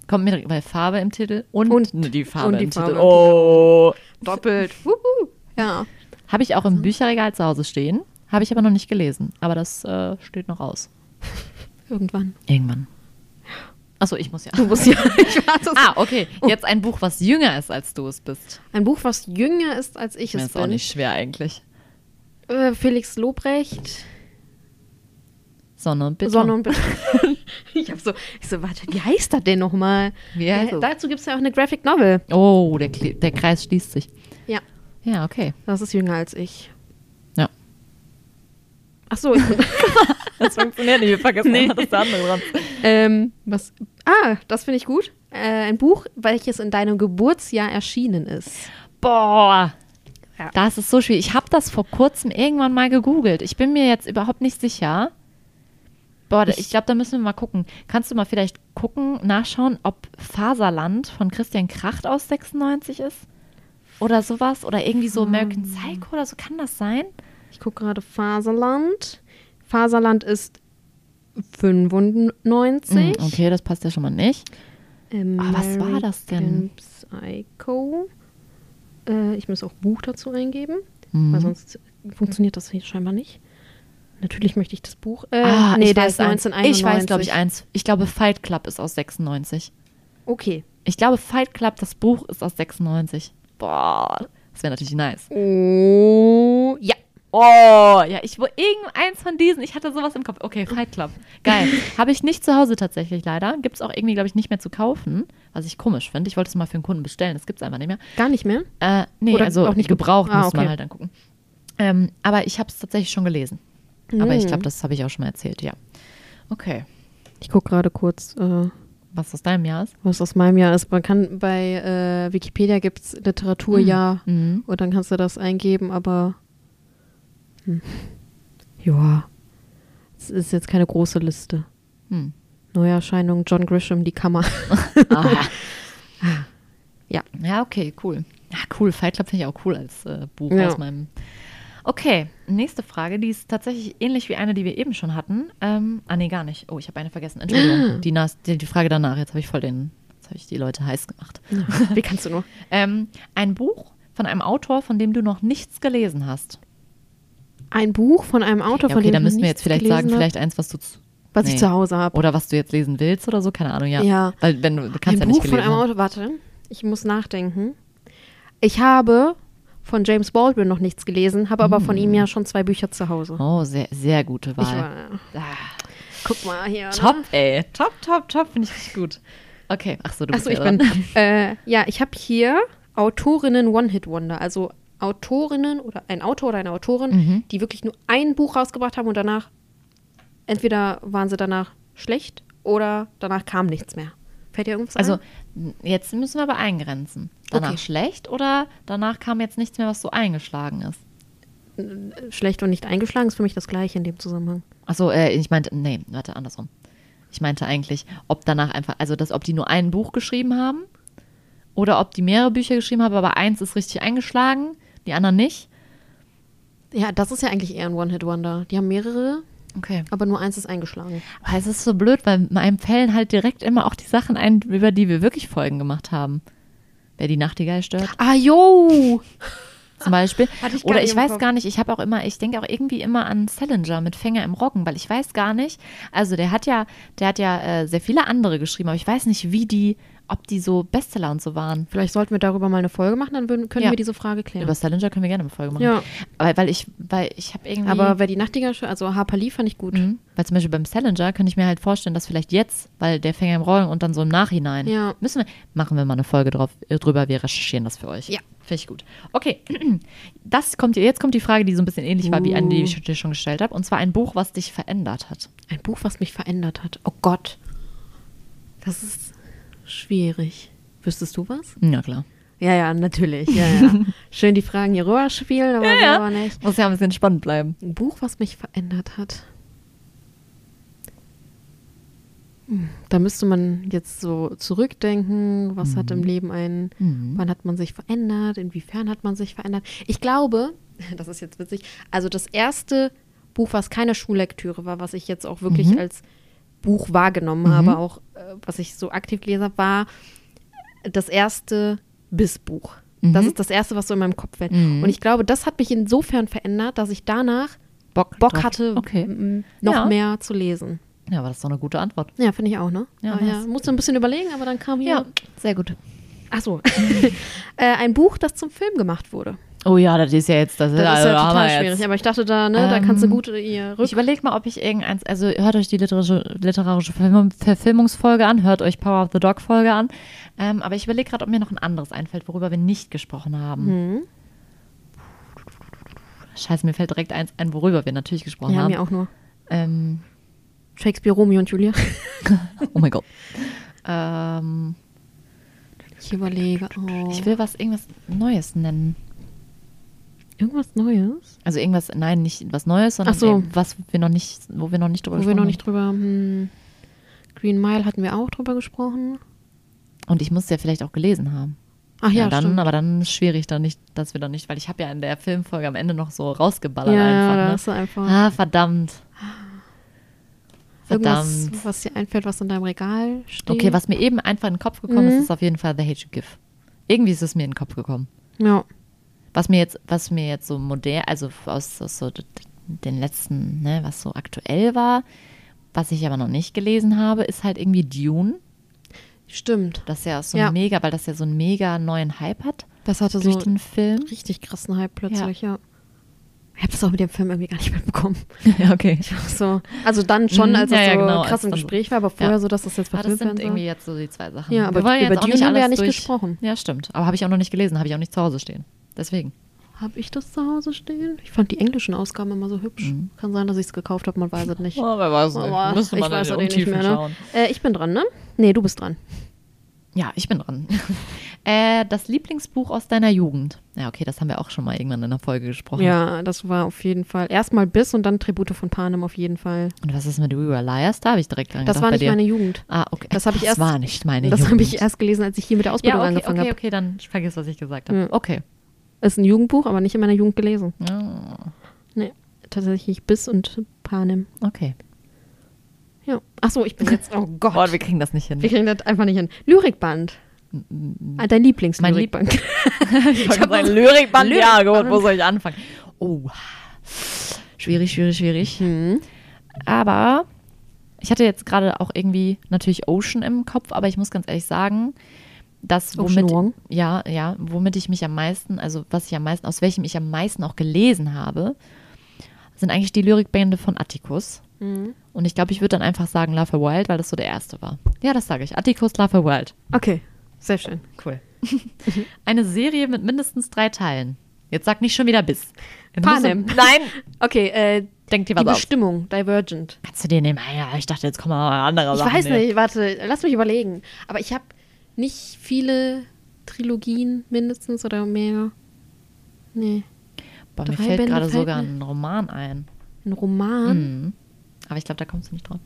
Kommt mir direkt, weil Farbe im Titel und,
Und-
die Farbe
und die
im
Farbe
Titel.
im Titel.
Oh.
Doppelt. Wuhu. Ja.
Habe ich auch im Bücherregal zu Hause stehen. Habe ich aber noch nicht gelesen. Aber das äh, steht noch aus.
Irgendwann.
Irgendwann. Achso, ich muss ja.
Du musst ja. Ich warte.
Ah, okay. Jetzt ein Buch, was jünger ist, als du es bist.
Ein Buch, was jünger ist, als ich
Mir
es
ist auch
bin.
nicht schwer eigentlich.
Äh, Felix Lobrecht.
Sonne und Beton.
Sonne und Beton. ich hab so, ich so, warte, wie heißt das denn nochmal?
Wie heißt
Äh,
es?
Dazu gibt es ja auch eine Graphic Novel.
oh, der, Kli- der Kreis schließt sich.
Ja,
Ja, okay.
das ist jünger als ich.
Ja.
Ach so, ich bin,
Das funktioniert nicht. Wir vergessen
Nee.
immer das andere dran.
ähm, was? Ah, das finde ich gut. Äh, ein Buch, welches in deinem Geburtsjahr erschienen ist.
Boah.
Ja.
Das ist so schwierig. Ich habe das vor kurzem irgendwann mal gegoogelt. Ich bin mir jetzt überhaupt nicht sicher. Boah, ich, ich glaube, da müssen wir mal gucken. Kannst du mal vielleicht gucken, nachschauen, ob Faserland von Christian Kracht aus 96 ist? Oder sowas? Oder irgendwie so American
Ähm.
Psycho oder so? Kann das sein?
Ich gucke gerade Faserland. Faserland ist 95.
Mm, Okay, das passt ja schon mal nicht. Ah, was war das denn?
American Ähm, Psycho. Äh, ich muss auch Buch dazu eingeben,
Mhm.
weil sonst funktioniert das hier scheinbar nicht. Natürlich möchte ich das Buch. Äh,
Ah,
nee,
ich
der
weiß
ist
eins.
1991.
Ich weiß, glaube ich, eins. Ich glaube, Fight Club ist aus 96.
Okay,
Ich glaube, Fight Club, das Buch ist aus 96. Boah, das wäre natürlich nice.
Oh, ja.
Oh, ja, ich wollte irgendeins von diesen. Ich hatte sowas im Kopf. Okay, Fight Club. Geil. Habe ich nicht zu Hause tatsächlich leider. Gibt es auch irgendwie, glaube ich, nicht mehr zu kaufen. Was ich komisch finde. Ich wollte es mal für einen Kunden bestellen. Das gibt es einfach nicht mehr.
Gar nicht mehr?
Äh, nee,
Oder
also
auch nicht
gebraucht
gebra- Ah,
muss man
okay.
halt angucken. Ähm, aber ich habe es tatsächlich schon gelesen. Aber ich
Hm.
glaube, das habe ich auch schon mal erzählt, ja. Okay.
Ich gucke gerade kurz, äh,
Was aus deinem Jahr ist?
was aus meinem Jahr ist. Man kann bei äh, Wikipedia gibt es Literaturjahr
Mhm.
und dann kannst du das eingeben, aber hm. ja, es ist jetzt keine große Liste.
Hm.
Neuerscheinung John Grisham, die Kammer.
Aha.
Ja.
Ja, okay, cool. Ja, cool. Fight Club finde ich auch cool als äh, Buch
Ja.
aus meinem. Okay, nächste Frage, die ist tatsächlich ähnlich wie eine, die wir eben schon hatten. Ähm, ah, nee, gar nicht. Oh, ich habe eine vergessen. Entschuldigung. Die, nas- die, die Frage danach, jetzt habe ich voll den, jetzt habe ich die Leute heiß gemacht.
Wie kannst du nur?
Ähm, ein Buch von einem Autor, von dem du noch nichts gelesen hast.
Ein Buch von einem Autor,
Ja,
von
okay,
dem
da
ich
müssen wir
nichts
jetzt vielleicht
gelesen
sagen,
hab,
vielleicht eins, was du zu,
was
nee.
ich zu Hause habe.
oder was du jetzt lesen willst oder so, keine Ahnung, ja.
Ja.
Weil wenn du, du
Ein
kannst ja
Buch
nicht
von
gelesen.
einem
haben.
Autor. Warte, ich muss nachdenken. Ich habe von James Baldwin noch nichts gelesen, habe aber von ihm ja schon zwei Bücher zu Hause.
Hm. Oh, sehr, sehr gute
Ich
Wahl.
war,
Ah.
guck mal hier. Ne?
Top, ey. Top, top, top. Finde ich richtig gut. Okay. Ach so, du bist
Achso, ich
ja
bin.
dran.
Äh, ja, ich habe hier Autorinnen One-Hit-Wonder. Also Autorinnen oder ein Autor oder eine Autorin,
Mhm.
die wirklich nur ein Buch rausgebracht haben und danach, entweder waren sie danach schlecht oder danach kam nichts mehr. Fällt dir irgendwas
Also,
ein?
n- jetzt müssen wir aber eingrenzen. Danach
Okay.
schlecht oder danach kam jetzt nichts mehr, was so eingeschlagen ist?
Äh, Schlecht und nicht eingeschlagen ist für mich das Gleiche in dem Zusammenhang.
Achso, äh, ich meinte, nee, warte, andersrum. Ich meinte eigentlich, ob danach einfach, also dass, ob die nur ein Buch geschrieben haben oder ob die mehrere Bücher geschrieben haben, aber eins ist richtig eingeschlagen, die anderen nicht.
Ja, das ist ja eigentlich eher ein One-Hit-Wonder. Die haben mehrere,
Okay.
aber nur eins ist eingeschlagen.
Aber es ist so blöd, weil in meinem Fällen halt direkt immer auch die Sachen ein, über die wir wirklich Folgen gemacht haben. Wer die Nachtigall stört.
Ah, jo!
zum Beispiel.
Hatte ich gar
Oder ich
nicht im
weiß
Kopf.
gar nicht, ich habe auch immer, ich denke auch irgendwie immer an Salinger mit Fänger im Roggen, weil ich weiß gar nicht, also der hat ja, der hat ja äh, sehr viele andere geschrieben, aber ich weiß nicht, wie die, ob die so Bestseller und so waren.
Vielleicht sollten wir darüber mal eine Folge machen, dann würden, können
Ja.
wir diese Frage klären.
Über Salinger können wir gerne eine Folge machen.
Ja.
Weil, weil ich, weil ich habe irgendwie.
Aber wer die Nachtigall, sch- also Harper Lee fand ich gut.
Mhm. Weil zum Beispiel beim Salinger könnte ich mir halt vorstellen, dass vielleicht jetzt, weil der Fänger im Roggen und dann so im Nachhinein.
Ja.
Müssen wir, machen wir mal eine Folge drauf, äh, drüber, wir recherchieren das für euch.
Ja.
Finde ich gut. Okay, das kommt, jetzt kommt die Frage, die so ein bisschen ähnlich war wie eine, die ich dir schon gestellt habe. Und zwar ein Buch, was dich verändert hat.
Ein Buch, was mich verändert hat. Oh Gott. Das ist schwierig. Wüsstest du was?
Ja, klar.
Ja, ja, natürlich. Ja, ja. Schön die Fragen hier rüber spielen, aber so aber nicht.
Muss ja ein bisschen spannend bleiben.
Ein Buch, was mich verändert hat. Hm, Da müsste man jetzt so zurückdenken, was hat im Leben einen, wann hat man sich verändert, inwiefern hat man sich verändert. Ich glaube, das ist jetzt witzig, also das erste Buch, was keine Schullektüre war, was ich jetzt auch wirklich als Buch wahrgenommen habe, auch äh, was ich so aktiv gelesen habe, war das erste Bissbuch. Das ist das erste, was so in meinem Kopf wird.
Mhm.
Und ich glaube, das hat mich insofern verändert, dass ich danach
Bock,
Bock
drauf.
hatte,
Okay. Mhm.
m- noch
Ja.
mehr zu lesen.
Ja, aber das ist doch eine gute Antwort.
Ja, finde ich auch, ne?
Ja,
Aber
nice.
ja musste ein bisschen überlegen, aber dann kam hier.
sehr gut.
Ach so. äh, ein Buch, das zum Film gemacht wurde.
Oh ja, das ist ja jetzt, das,
Das ist
also,
ja
haben
total
wir
schwierig,
jetzt. Ähm,
aber ich dachte da, ne, da kannst du gut ihr
Ich überlege mal, ob ich irgendeins, also hört euch die literarische, literarische Verfilmung- Verfilmungsfolge an, hört euch Power of the Dog Folge an. Ähm, aber ich überlege gerade, ob mir noch ein anderes einfällt, worüber wir nicht gesprochen haben.
Hm.
Scheiße, mir fällt direkt eins ein, worüber wir natürlich gesprochen
Ja,
haben.
mir auch nur.
Ähm,
Shakespeare, Romeo und Julia.
oh mein Gott. ähm,
Ich überlege. Oh.
ich will was, irgendwas Neues nennen.
irgendwas Neues,
Also irgendwas, nein, nicht was Neues, sondern
Ach so.
eben was wir noch nicht, wo wir noch nicht drüber
wo wir
gesprochen
noch nicht drüber. Hm, Green Mile hatten wir auch drüber gesprochen.
haben. Und ich muss es ja vielleicht auch gelesen haben.
Ach ja,
Ja, dann,
stimmt.
aber dann ist schwierig, dann nicht, dass wir dann nicht, weil ich habe ja in der Filmfolge am Ende noch so
Ja,
rausgeballert
ja, da
einfach.
hast du einfach.
Ne? Ah, verdammt. Verdammt.
Irgendwas, was dir einfällt, was in deinem Regal steht.
Okay, was mir eben einfach in den Kopf gekommen
Mhm.
ist, ist auf jeden Fall The Hate You Give. Irgendwie ist es mir in den Kopf gekommen.
Ja.
Was mir jetzt, was mir jetzt so modern, also aus, aus so d- d- den letzten, ne, was so aktuell war, was ich aber noch nicht gelesen habe, ist halt irgendwie Dune.
Stimmt.
Das ist ja so
Ja.
ein mega, weil das ja so einen mega neuen Hype hat
Das hatte so
durch
einen
den Film.
richtig krassen Hype plötzlich, ja. Ich habe das auch mit dem Film irgendwie gar nicht mitbekommen.
ja, okay.
So. Also dann schon,
Mhm,
als
ja,
es
ja,
so
genau, als
krass im
dann so-
Gespräch war, aber vorher
Ja.
so, dass das jetzt
Ah, das
verfilmt
sind
werden
irgendwie
soll.
jetzt so die zwei Sachen.
Ja, aber
wir wollen
über
jetzt auch
Dune
nicht
haben wir
alles
ja nicht
durch...
gesprochen.
Ja, stimmt. Aber habe ich auch noch nicht gelesen, habe ich auch nicht zu Hause stehen. Deswegen.
Habe ich das zu Hause stehen? Ich fand die englischen Ausgaben immer so hübsch. Kann sein, dass ich es gekauft habe, man weiß es nicht.
Oh, wer weiß
Aber Oh, ich weiß auch nicht mehr, ne? Äh, ich bin dran, ne? Nee, du bist dran.
Ja, ich bin dran. äh, das Lieblingsbuch aus deiner Jugend. Ja, okay, das haben wir auch schon mal irgendwann in der Folge gesprochen.
Ja, das war auf jeden Fall. Erstmal Biss und dann Tribute von Panem auf jeden Fall.
Und was ist mit We Were Liars? Da habe ich direkt dran
Das
gedacht
war
bei
nicht
dir.
meine Jugend.
Ah, okay.
Das habe ich erst-
war nicht meine
das habe
Jugend.
ich erst gelesen, als ich hier mit der
ja,
Ausbildung
okay,
angefangen
okay,
habe.
okay, dann vergiss, was ich gesagt habe.
Ja.
Okay.
Ist ein Jugendbuch, aber nicht in meiner Jugend gelesen.
Ja,
Nee, tatsächlich Biss und Panem.
Okay.
Ja. Achso, ich bin jetzt. Oh Gott.
Boah, wir kriegen das nicht hin.
Wir kriegen das einfach nicht hin. Lyrikband. Ah, dein
Mein
Lieblingslyrikband.
Ich
hab
habe ein
noch-
Lyrikband. Ja,
Lyrikband.
gut, wo soll ich anfangen? Oh. Schwierig, schwierig, schwierig.
Hm.
Aber ich hatte jetzt gerade auch irgendwie natürlich Ocean im Kopf, aber ich muss ganz ehrlich sagen, das
Ocean
womit
Wong?
ja, ja, womit ich mich am meisten, also was ich am meisten, aus welchem ich am meisten auch gelesen habe, sind eigentlich die Lyrikbände von Atticus.
Hm.
Und ich glaube, ich würde dann einfach sagen Love for Wild, weil das so der erste war. Ja, das sage ich. Atticus Love for Wild.
Okay, sehr schön.
Cool. Eine Serie mit mindestens drei Teilen. Jetzt sag nicht schon wieder bis. Jetzt
Panem.
musst du- Nein,
Okay, äh,
denk dir
die
was auf.
Bestimmung, Divergent.
Kannst du den nehmen? Ah Ja, ich dachte, jetzt kommen mal andere
Ich
Genau, Sachen.
weiß
hier.
nicht, warte, lass mich überlegen. Aber ich habe nicht viele Trilogien mindestens oder mehr. Nee,
Boah, mir
Drei
fällt
Bände
gerade
fällt
sogar
mir-
ein Roman ein.
ein Roman.
Mhm. Aber ich glaube, da kommst du nicht drauf.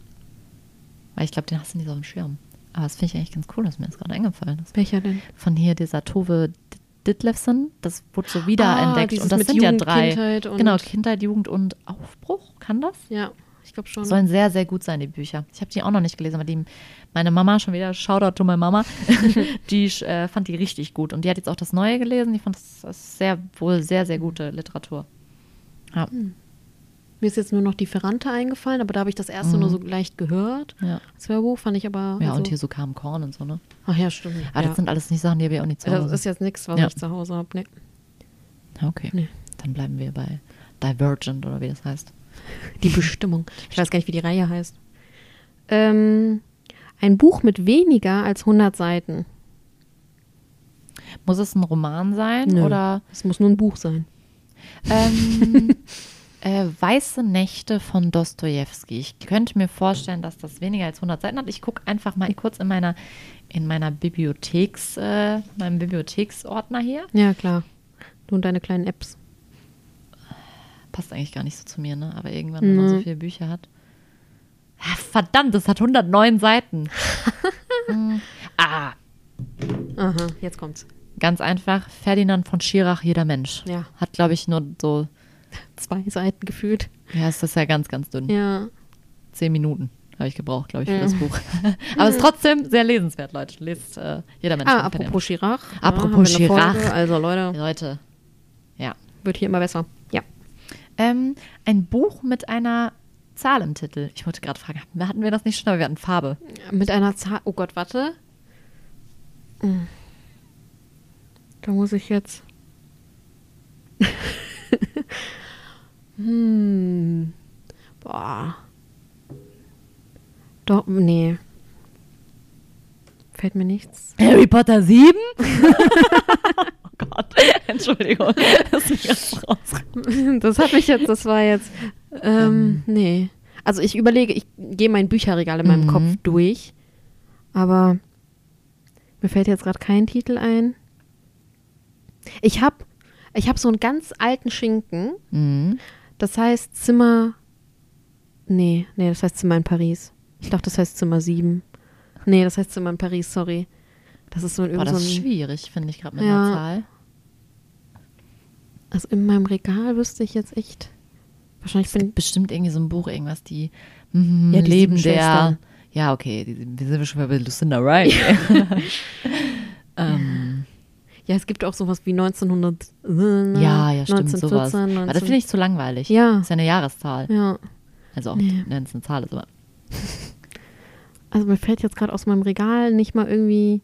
Weil ich glaube, den hast du nicht so auf dem Schirm. Aber das finde ich eigentlich ganz cool, dass mir das gerade eingefallen ist.
Welcher denn?
Von hier dieser Tove D- Ditlevson, das wurde so wiederentdeckt.
Ah, dieses
und das
mit
sind
Jugend,
ja drei.
Kindheit und-
genau, Kindheit, Jugend und Aufbruch, kann das?
Ja, ich glaube schon.
Sollen sehr, sehr gut sein, die Bücher. Ich habe die auch noch nicht gelesen, aber die, meine Mama, schon wieder, Shoutout to my Mama, die äh, fand die richtig gut. Und die hat jetzt auch das Neue gelesen. Die fand das, das sehr wohl sehr, sehr gute Literatur. Ja,
Hm. Mir ist jetzt nur noch die Ferrante eingefallen, aber da habe ich das erste nur so leicht gehört.
Ja.
Das Hörbuch fand ich aber.
Hm. ja
also,
und hier so kam Korn und so, ne?
Ach ja, stimmt.
Aber
ja. Also
das sind alles nicht Sachen, die habe ich auch nicht zu
Das
Hause.
ist jetzt nichts, was
Ja.
ich zu Hause habe. Nee.
Ja, okay.
Nee.
Dann bleiben wir bei Divergent oder wie das heißt.
Die Bestimmung. Ich weiß gar nicht, wie die Reihe heißt. Ähm, ein Buch mit weniger als 100 Seiten.
Muss es ein Roman sein
Nö.
oder
Es muss nur ein Buch sein.
Ähm, äh, Weiße Nächte von Dostoevsky. Ich könnte mir vorstellen, dass das weniger als 100 Seiten hat. Ich gucke einfach mal kurz in meiner, in meiner Bibliotheks, äh, meinem Bibliotheksordner hier.
Ja, klar. Du und deine kleinen Apps.
Passt eigentlich gar nicht so zu mir, ne? Aber irgendwann, wenn man so
Mhm.
viele Bücher hat. Ah, verdammt, es hat 109 Seiten. Mm. Ah,
Aha, jetzt kommt's.
ganz einfach. Ferdinand von Schirach, jeder Mensch.
Ja.
Hat, glaube ich, nur so,
Zwei Seiten gefühlt.
ja, es ist ja ganz, ganz dünn.
Ja.
zehn Minuten habe ich gebraucht, glaube ich, für das Buch. Aber es ist trotzdem sehr lesenswert, Leute. Lest äh, jeder Mensch.
Ah,
von Ferdinand.
apropos Chirac.
Apropos
haben wir eine
Chirac.
Also Leute,
Leute, ja.
wird hier immer besser. Ja.
Ähm, ein Buch mit einer Zahl im Titel. Ich wollte gerade fragen, hatten wir- hatten wir das nicht schon, aber wir hatten Farbe.
Mit einer Zahl. Oh Gott, warte. Hm. Da muss ich jetzt. hm. Boah. Doch, nee. Fällt mir nichts.
Harry Potter 7? oh Gott, Entschuldigung. Das ist mir ganz raus.
Das habe ich jetzt, das war jetzt. Ähm, nee. Also ich überlege, ich gehe mein Bücherregal in meinem
Mhm.
Kopf durch. Aber mir fällt jetzt gerade kein Titel ein. Ich habe ich hab so einen ganz alten Schinken.
Mhm.
Das heißt Zimmer. Nee, nee, das heißt Zimmer in Paris. Ich dachte, das heißt Zimmer 7. Nee, das heißt Zimmer in Paris, sorry. Das ist so,
Boah,
irgend
das
so
ist
ein.
schwierig, finde ich gerade mit
Ja.
einer Zahl.
Also in meinem Regal wüsste ich jetzt echt. Wahrscheinlich
Es gibt
bin
bestimmt irgendwie so ein Buch, irgendwas, die mhm,
Ja, die
Leben
sieben
der.
Schwestern.
Ja, okay, die, wir sind schon bei Lucinda Wright. ähm,
Ja, es gibt auch sowas wie äh, 1900.
ja, ja, stimmt, sowas.
1914,
Aber das finde ich zu langweilig.
ne? Ja.
Das ist ja eine Jahreszahl.
Ja.
Also auch,
Nee.
wenn es eine Zahl ist, aber.
also mir fällt jetzt gerade aus meinem Regal nicht mal irgendwie,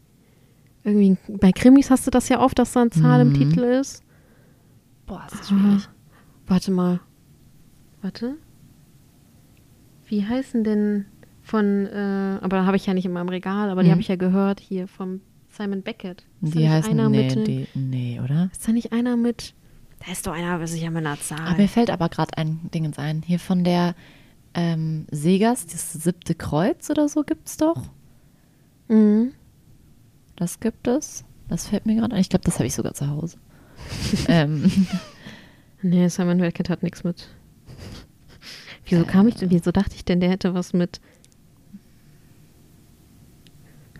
irgendwie, bei Krimis hast du das ja oft, dass da eine Zahl im
Mhm.
Titel ist.
Boah, das ist
Ah,
schwierig.
warte mal. Warte. Wie heißen denn von, äh, aber habe ich ja nicht in meinem Regal, aber die
Mhm.
habe ich ja gehört hier vom Simon Beckett. Ist
Die
da nicht
heißen,
einer
nee,
mit, ne
die, nee, oder?
Ist da nicht einer mit, da ist doch einer sicher mit einer Zahl.
Aber mir fällt aber gerade ein Dingens ein. Hier von der ähm, Segas, das siebte Kreuz oder so gibt's doch.
mhm.
Das gibt es. Das fällt mir gerade ein. Ich glaube, das habe ich sogar zu Hause. ähm,
Nee, Simon Beckett hat nichts mit. Wieso kam ich, wieso dachte ich denn, der hätte was mit,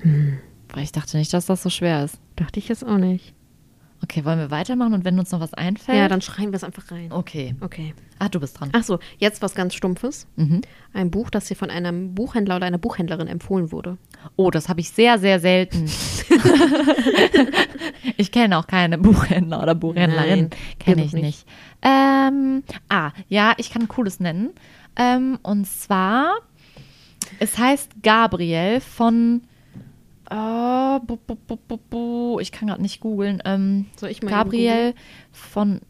weil ich dachte nicht, dass das so schwer ist.
dachte ich jetzt auch nicht.
Okay, wollen wir weitermachen und wenn uns noch was einfällt?
Ja, dann schreiben wir es einfach rein.
Okay.
Okay.
Ah, du bist dran.
Achso, jetzt was ganz Stumpfes.
Mhm.
Ein Buch, das dir von einem Buchhändler oder einer Buchhändlerin empfohlen wurde.
Oh, das habe ich sehr, sehr selten. ich kenne auch keine Buchhändler oder Buchhändlerin.
Nein,
Kenne
wir
ich
noch
nicht. Ähm, ah, ja, ich kann ein cooles nennen. Ähm, und zwar, es heißt Gabriel von. äh, bu, bu, bu, bu, bu, ich kann gerade nicht googeln. Ähm,
Soll ich mal eben
Gabriel von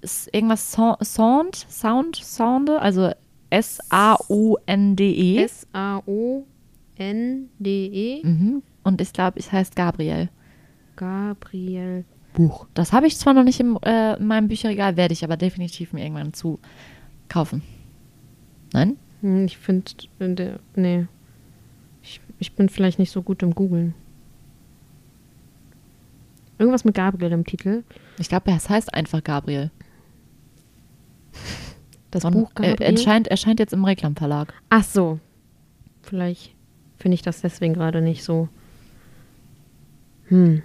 ist irgendwas Son- Sound, Sound, Sounde, also S-A-U-N-D-E.
S-A-O-N-D-E.
Mhm. Und ich glaube, ich heißt Gabriel.
Gabriel.
Buch. Das habe ich zwar noch nicht im, äh, in meinem Bücherregal, werde ich aber definitiv mir irgendwann zu kaufen. Nein?
Hm, Ich finde, der. Nee. Ich, ich bin vielleicht nicht so gut im Googlen. Irgendwas mit Gabriel im Titel.
Ich glaube, es heißt einfach Gabriel.
Das
Und,
Buch
äh,
Gabriel.
erscheint, erscheint jetzt im Reklamverlag.
Ach so. Vielleicht finde ich das deswegen gerade nicht so. Hm.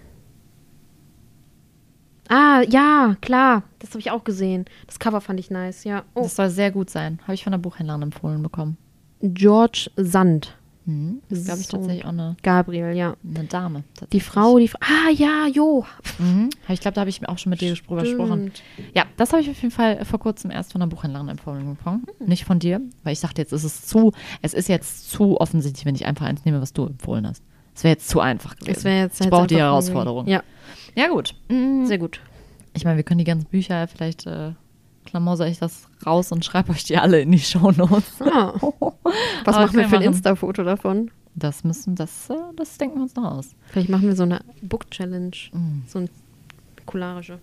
Ah, ja, klar. Das habe ich auch gesehen. Das Cover fand ich nice, ja. Oh.
Das soll sehr gut sein. Habe ich von der Buchhändlerin empfohlen bekommen.
George Sand.
Mhm. Das ist, glaube ich,
So.
tatsächlich auch eine,
Gabriel, ja.
eine Dame.
Die
tatsächlich.
Frau, die. Fra- Ah, ja, jo.
Mhm. Ich glaube, da habe ich mir auch schon mit dir drüber gesprochen.
Stimmt.
Ja, das habe ich auf jeden Fall vor kurzem erst von einer Buchhändlerin empfohlen bekommen.
Hm.
Nicht von dir, weil ich dachte, jetzt ist es zu, es ist jetzt zu offensichtlich, wenn ich einfach eins nehme, was du empfohlen hast. Es wäre jetzt zu einfach gewesen.
Das wäre jetzt
ich
halt
brauche die
einfach irgendwie-
Herausforderung.
Ja,
Ja, gut. Mm,
Hm. sehr gut.
Ich meine, wir können die ganzen Bücher, vielleicht äh, klamauser ich das raus und schreibe euch die alle in die Shownotes.
Ah, was
Aber
machen wir
können
für ein
machen.
Insta-Foto davon?
Das müssen, das, äh, das denken wir uns noch aus.
Vielleicht machen wir so eine Book-Challenge. So ein kularische.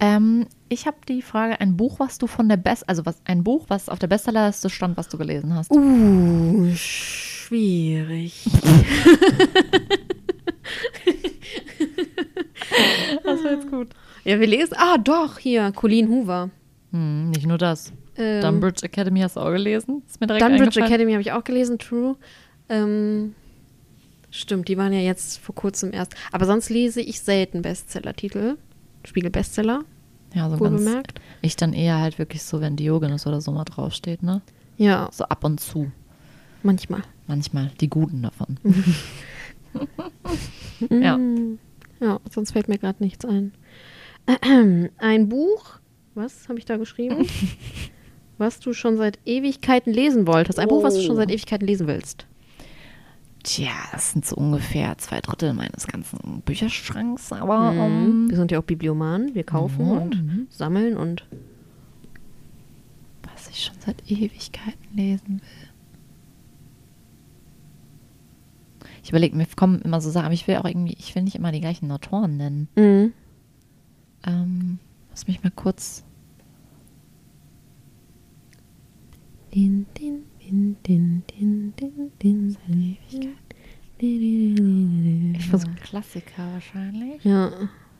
Ähm, ich habe die Frage, ein Buch, was du von der Best, also was, ein Buch, was auf der Bestsellerliste stand, was du gelesen hast.
Uh, schwierig.
das war jetzt gut.
Ja, wir lesen. Ah, doch, hier, Colleen Hoover.
Hm, nicht nur das.
Ähm,
Dunbridge Academy hast du auch gelesen? Ist mir direkt
Dunbridge
eingefallen.
Academy habe ich auch gelesen, True. Ähm, stimmt, die waren ja jetzt vor kurzem erst. Aber sonst lese ich selten Bestseller-Titel. Spiegel-Bestseller,
Ja, so
wohl
ganz.
bemerkt.
Ich dann eher halt wirklich so, wenn Diogenes oder so mal draufsteht, ne?
Ja,
So ab und zu.
manchmal.
Manchmal die Guten davon.
Mhm.
Ja.
Mm, Ja, sonst fällt mir gerade nichts ein. Ein Buch, was habe ich da geschrieben? was du schon seit Ewigkeiten lesen wolltest. Ein Buch, was du schon
Oh.
seit Ewigkeiten lesen willst.
Tja, das sind so ungefähr zwei Drittel meines ganzen Bücherschranks, aber
Mhm.
ähm,
Wir sind ja auch Bibliomanen. Wir kaufen
Mhm.
und sammeln und
was ich schon seit Ewigkeiten lesen will. Ich überlege, mir kommen immer so Sachen, aber ich will auch irgendwie, ich will nicht immer die gleichen Autoren nennen. Ähm, lass mich mal kurz
Din, din, din, din, din, din, din, din.
Ich versuche Klassiker wahrscheinlich.
Ja,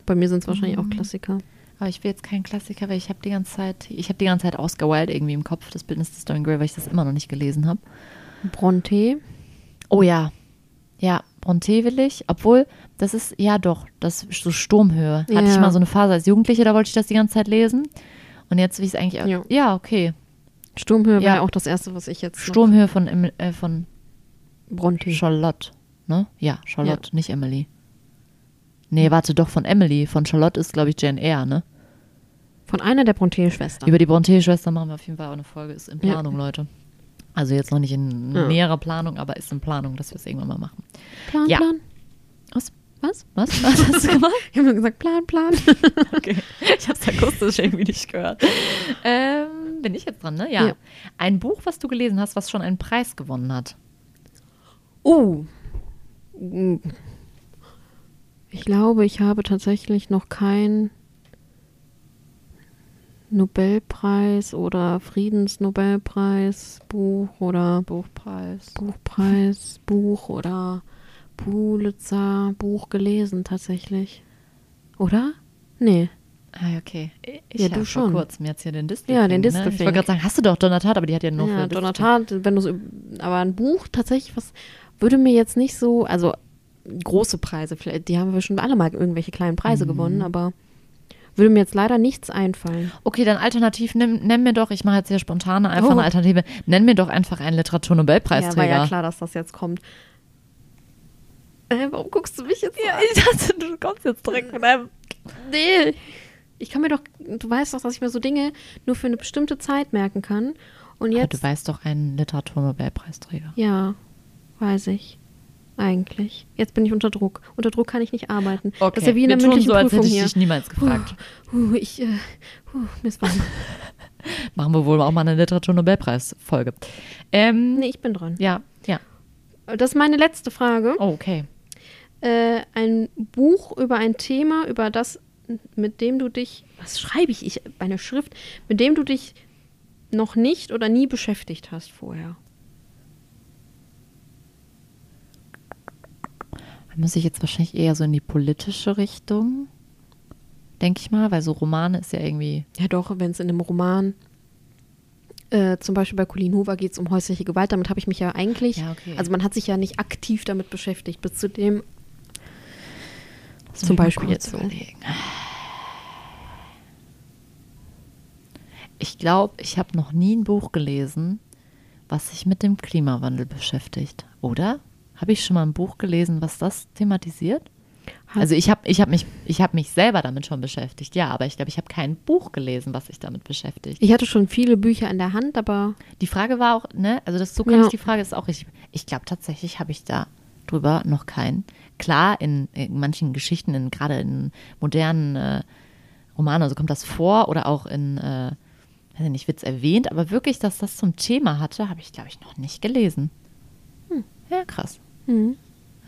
bei mir sind es wahrscheinlich
Mhm.
auch Klassiker.
Aber ich will jetzt keinen Klassiker, weil ich habe die ganze Zeit, ich habe die ganze Zeit Oscar Wilde irgendwie im Kopf, das Bildnis des Dorian Gray, weil ich das immer noch nicht gelesen habe.
Bronte.
Oh ja. Ja, Bronte will ich, obwohl das ist ja doch, das ist so Sturmhöhe. Hatte ich
Ja.
mal so eine Phase als Jugendliche, da wollte ich das die ganze Zeit lesen. Und jetzt will ich es eigentlich. Ja,
Ja.
okay.
Sturmhöhe
Ja.
war ja auch das erste, was ich jetzt. noch-
Sturmhöhe von, Em- äh, von
Bronte.
Charlotte. Ne? Ja, Charlotte, nicht Emily. Nee, warte doch, von Emily. Von Charlotte ist, glaube ich, Jane Eyre, ne?
Von einer der Bronte-Schwestern.
Über die Bronte-Schwester machen wir auf jeden Fall auch eine Folge. Ist in
Ja.
Planung, Leute. Also jetzt noch nicht in
Ja.
näherer Planung, aber ist in Planung, dass wir es irgendwann mal machen.
Plan,
Ja.
Plan.
Was? Was? Was, Was hast du gemacht?
Ich habe nur gesagt, Plan, Plan.
Okay. Ich habe es akustisch irgendwie nicht gehört. Ähm, bin ich jetzt dran, ne? Ja.
Ja.
Ein Buch, was du gelesen hast, was schon einen Preis gewonnen hat.
Oh. Ich glaube, ich habe tatsächlich noch keinen Nobelpreis oder Friedensnobelpreis, Buch oder
Buchpreis.
Buchpreis, Buch oder Pulitzer, Buch gelesen tatsächlich. Oder? Nee.
Ah, okay. Ich
Ja,
hab
du
vor
schon.
kurzem jetzt hier den Disney.
Ja, den
Ne? Ich
Distelfink.
wollte gerade sagen, hast du doch Donnertat, aber die hat ja nur
Ja,
für Disney.
Donnertat, wenn du aber ein Buch tatsächlich, was würde mir jetzt nicht so, also große Preise, vielleicht, die haben wir schon alle mal irgendwelche kleinen
Mhm.
Preise gewonnen, aber würde mir jetzt leider nichts einfallen.
Okay, dann alternativ, nimm, nenn mir doch, ich mache jetzt hier spontane einfach
Oh.
eine Alternative, nenn mir doch einfach einen Literaturnobelpreisträger.
klar, dass das jetzt kommt. Äh, warum guckst du mich jetzt so
Ja,
an?
ich dachte, du kommst jetzt direkt mit einem.
Nee. Ich kann mir doch, du weißt doch, dass ich mir so Dinge nur für eine bestimmte Zeit merken kann. Und
Aber
jetzt,
du weißt doch einen Literaturnobelpreisträger.
ja, weiß ich. Eigentlich. Jetzt bin ich unter Druck. Unter Druck kann ich nicht arbeiten. Das ist ja wie in
wir
der
tun
mündlichen
so, als
Prüfung
hätte ich
hier.
dich niemals gefragt.
Uh, ich, äh, uh, mir ist warm.
Machen wir wohl auch mal eine Literaturnobelpreis-Folge. Ähm,
nee, ich bin dran.
Ja, ja.
Das ist meine letzte Frage.
Oh, okay.
Äh, ein Buch über ein Thema, über das, mit dem du dich, was schreibe ich, ich, meine Schrift, mit dem du dich noch nicht oder nie beschäftigt hast vorher.
Dann muss ich jetzt wahrscheinlich eher so in die politische Richtung, denke ich mal, weil so Romane ist ja irgendwie.
Ja, doch, wenn es in einem Roman, äh, zum Beispiel bei Colleen Hoover geht es um häusliche Gewalt, damit habe ich mich ja eigentlich,
Ja, okay.
also man hat sich ja nicht aktiv damit beschäftigt, bis zu dem,
Lass
Zum
mich mal
Beispiel
kurz
jetzt so.
überlegen. Ich glaube, ich habe noch nie ein Buch gelesen, was sich mit dem Klimawandel beschäftigt, oder? Habe ich schon mal ein Buch gelesen, was das thematisiert? Also ich habe ich hab mich, ich hab mich selber damit schon beschäftigt, ja, aber ich glaube, ich habe kein Buch gelesen, was sich damit beschäftigt.
ich hatte schon viele Bücher in der Hand, aber
Die Frage war auch, ne, also das so kann
Ja.
ich die Frage ist auch richtig. Ich glaube tatsächlich habe ich da drüber noch keinen. Klar, in, in manchen Geschichten, in, gerade in modernen äh, Romanen, also kommt das vor oder auch in, äh, weiß ich nicht, wird es erwähnt, aber wirklich, dass das zum Thema hatte, habe ich, glaube ich, noch nicht gelesen. Ja, krass.
hm,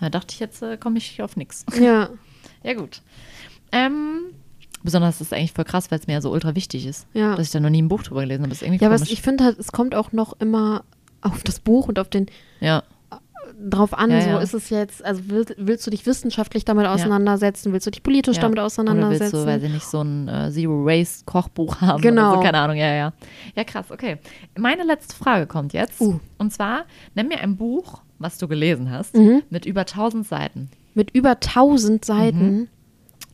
Da dachte ich, jetzt äh, komme ich auf nichts.
ja.
Mhm. Ja, gut. Ähm, besonders ist es eigentlich voll krass, weil es mir ja so ultra wichtig ist.
Ja.
Dass ich da noch nie ein Buch drüber gelesen habe. Ist irgendwie
Ja, aber
komisch.
es- ich finde halt, es kommt auch noch immer auf das Buch und auf den
ja.
drauf an,
Ja,
so
ja.
ist es jetzt, also willst, willst du dich wissenschaftlich damit auseinandersetzen, willst du dich politisch damit
Oder willst du, weiß
auseinandersetzen?
ich nicht, so ein äh, Zero-Race-Kochbuch haben
Genau.
oder so, keine Ahnung, ja, ja. Ja, krass, okay. Meine letzte Frage kommt jetzt.
Uh.
Und zwar, nenn mir ein Buch, was du gelesen hast,
Mhm.
mit über 1000 Seiten.
Mit über 1000 Seiten.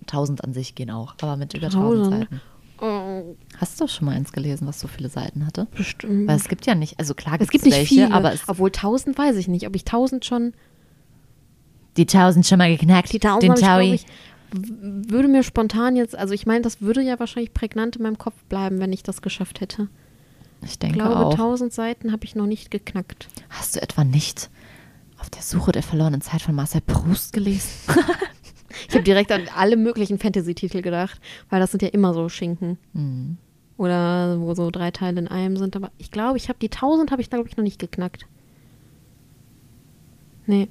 1000 an sich gehen auch, aber mit über 1000
Tausend.
Seiten.
Oh,
Hast du schon mal eins gelesen, was so viele Seiten hatte?
bestimmt.
Weil es gibt ja nicht, also klar
Mhm. es
gibt's
gibt nicht
welche,
viele,
aber es,
obwohl 1000 weiß ich nicht, ob ich 1000 schon,
die 1000 schon mal geknackt,
die 1000
den
habe ich,
Taui.
glaube ich, w- würde mir spontan jetzt, also ich meine, das würde ja wahrscheinlich prägnant in meinem Kopf bleiben, wenn ich das geschafft hätte.
Ich
Ich
denke
glaube,
auch.
1000 Seiten habe ich noch nicht geknackt.
Hast du etwa nicht auf der Suche der verlorenen Zeit von Marcel Proust gelesen?
Ich habe direkt an alle möglichen Fantasy-Titel gedacht, weil das sind ja immer so Schinken. Oder wo so drei Teile in einem sind. Aber ich glaube, ich habe die 1000 habe ich, glaube ich, noch nicht geknackt. Nee.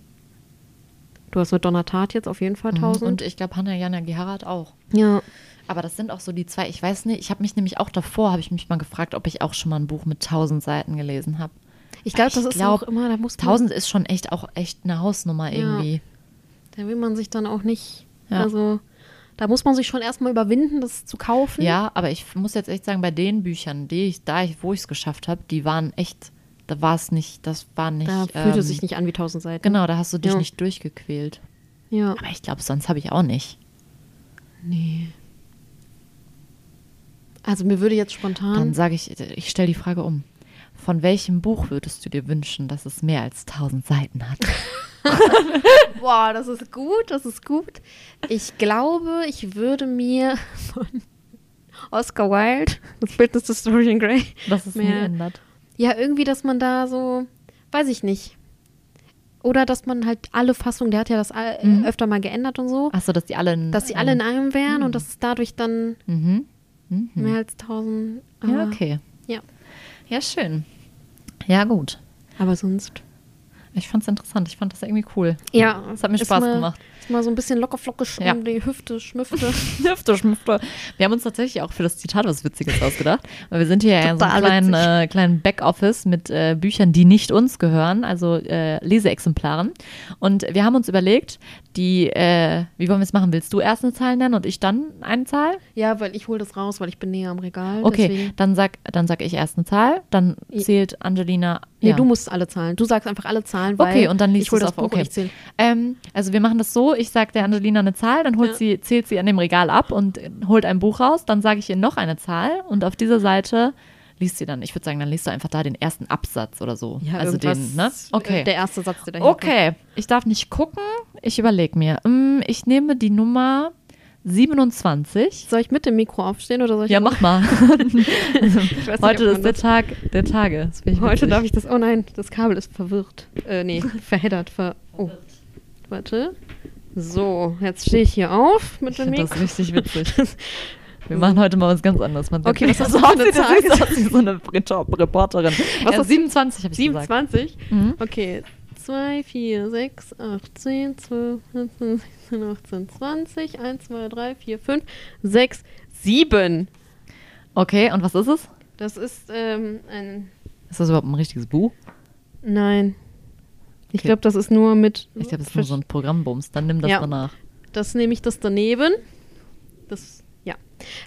Du hast mit Donnertat jetzt auf jeden Fall 1000.
Mhm. Und ich glaube, Hanna Jana Giharad auch.
ja.
Aber das sind auch so die zwei. Ich weiß nicht, ich habe mich nämlich auch davor, habe ich mich mal gefragt, ob ich auch schon mal ein Buch mit 1000 Seiten gelesen habe.
Ich glaube, das
Ich
ist
glaub,
auch immer, da muss man,
1000 ist schon echt auch echt eine Hausnummer
Ja.
irgendwie.
da will man sich dann auch nicht,
Ja.
also da muss man sich schon erstmal überwinden, das zu kaufen.
Ja, aber ich muss jetzt echt sagen, bei den Büchern, die ich da, ich, wo ich es geschafft habe, die waren echt, da war es nicht, das war nicht.
Da fühlte
ähm,
sich nicht an wie 1000 Seiten.
Genau, da hast du dich
Ja.
nicht durchgequält.
Ja.
Aber ich glaube, sonst habe ich auch nicht.
Nee. Also mir würde jetzt spontan.
Dann sage ich, ich stelle die Frage um. Von welchem Buch würdest du dir wünschen, dass es mehr als 1000 Seiten hat?
Boah, das ist gut, das ist gut. Ich glaube, ich würde mir von Oscar Wilde, das Bildnis des Dorian Gray,
Dass es nie
Mehr-
ändert.
Ja, irgendwie, dass man da so, weiß ich nicht. Oder dass man halt alle Fassungen, der hat ja das all-
Mhm.
öfter mal geändert und so,
Achso, dass die alle. in-
dass die alle in einem wären und dass es dadurch dann
Mhm. Mhm.
mehr als ah, 1000.
Ja,
aber-
Ah, okay.
Ja.
Ja, schön. Ja, gut.
Aber sonst.
Ich fand's interessant. Ich fand das irgendwie cool.
Ja,
Es hat mir
ist
Spaß
mal,
gemacht.
Ist mal so ein bisschen locker flockisch
Ja.
um die Hüfte, Schmüfte.
Hüfte, Schmüfte. Wir haben uns tatsächlich auch für das Zitat was Witziges ausgedacht, weil wir sind hier ja in so einem
Total
kleinen,
witzig.
äh, kleinen Backoffice mit äh, Büchern, die nicht uns gehören, also äh, Leseexemplaren. Und wir haben uns überlegt, die, äh, wie wollen wir es machen? Willst du erst eine Zahl nennen und ich dann eine Zahl?
ja, weil ich hole das raus, weil ich bin näher am Regal.
Okay,
Deswegen.
dann sag, dann sag ich erst eine Zahl, dann
I-
zählt Angelina.
Nee,
ja.
du musst alle zahlen. Du sagst einfach alle Zahlen, weil
Okay, und dann liest
ich hole
du es
das
auf.
Buch
Okay.
und ich zähle.
Ähm, also wir machen das so, ich sage der Angelina eine Zahl, dann holt
Ja.
sie, zählt sie an dem Regal ab und äh, holt ein Buch raus, dann sage ich ihr noch eine Zahl und auf dieser Seite liest sie dann, ich würde sagen, dann liest du einfach da den ersten Absatz oder so. also den, ne? Okay.
äh, Der erste Satz, der da
okay, ich darf nicht gucken, ich überlege mir. Hm, ich nehme die Nummer 27.
Soll ich mit dem Mikro aufstehen oder soll ich
Ja, mach mal.
Ich weiß nicht,
Heute
ob
ist
man
der
das-
Tag der Tage. Das find ich
Heute
witzig.
darf ich das. Oh nein, das Kabel ist verwirrt. Äh, nee, verheddert. Ver oh. Warte. So, jetzt stehe ich hier auf mit
Ich
dem
finde
Mikro.
das richtig witzig. Wir machen heute mal was ganz anderes. Man
Okay, was
das
hast du für eine Zahl
Das ist wie so eine Retor- Reporterin.
Was
äh,
hast du-
27 habe ich 27.
27?
Mhm.
Okay. 2, 4, 6, 8, 10, 12, 14, 16, 18, 20, 1, 2, 3, 4, 5, 6, 7.
gesagt. Okay, und was ist es?
Das ist ähm, ein.
Ist das überhaupt ein richtiges Buch?
Nein. Ich
Okay.
glaube, das ist nur mit.
Ich glaube, das ist nur so ein Programmbums. Dann nimm das
Ja.
danach.
Das nehme ich das daneben. Das, ja.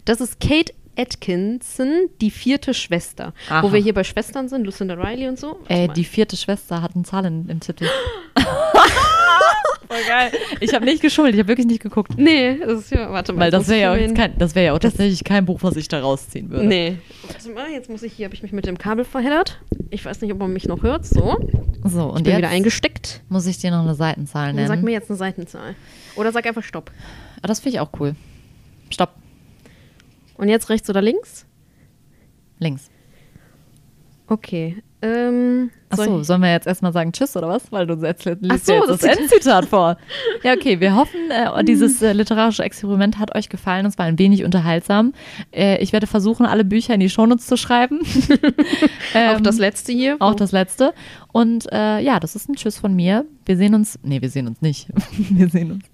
Das ist Kate Atkinson, die vierte Schwester.
Aha.
Wo wir hier bei Schwestern sind, Lucinda Riley und so. Warte
Ey,
mal.
die vierte Schwester hat eine Zahl in, im Titel. Voll geil. Ich habe nicht geschult, ich habe wirklich nicht geguckt.
Nee, das ist ja. Warte mal.
Weil das
muss ich
wäre ja, auch
hier
jetzt
hin-
kein, das wär ja auch tatsächlich kein Buch, was ich da rausziehen würde.
Nee. Warte mal, jetzt muss ich hier. Habe ich mich mit dem Kabel verheddert? Ich weiß nicht, ob man mich noch hört. So.
So, und
Ich bin wieder
jetzt
eingesteckt.
muss ich dir noch eine Seitenzahl
Dann sag
nennen.
mir jetzt eine Seitenzahl. Oder sag einfach Stopp.
Ah, das finde ich auch cool. Stopp.
Und jetzt rechts oder links?
Links.
Okay. Ähm, soll
Achso,
ich-
sollen wir jetzt erstmal sagen Tschüss oder was? Weil du jetzt li-
Ach
liest
so,
ja jetzt das,
das
Endzitat vor. Ja, okay, wir hoffen, äh, dieses äh, literarische Experiment hat euch gefallen. Es war ein wenig unterhaltsam. Äh, ich werde versuchen, alle Bücher in die Shownotes zu schreiben.
auch das letzte hier.
Ähm, Auch das letzte. Und äh, ja, das ist ein Tschüss von mir. Wir sehen uns. Nee, wir sehen uns nicht. Wir sehen uns.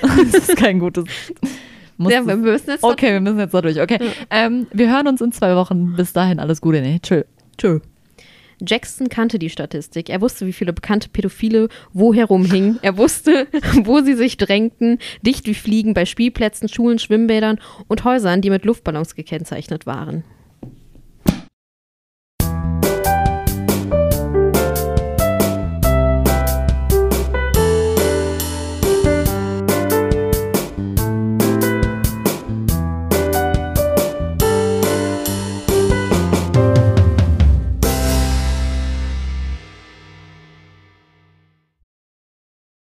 das ist kein gutes. Muss
Ja, wir müssen jetzt.
okay, wir müssen jetzt da durch. Okay. Ähm, wir hören uns in zwei Wochen. Bis dahin, alles Gute. Nee, tschö. Tschö.
Jackson kannte die Statistik. Er wusste, wie viele bekannte Pädophile wo herumhingen. Er wusste, wo sie sich drängten, dicht wie Fliegen bei Spielplätzen, Schulen, Schwimmbädern und Häusern, die mit Luftballons gekennzeichnet waren.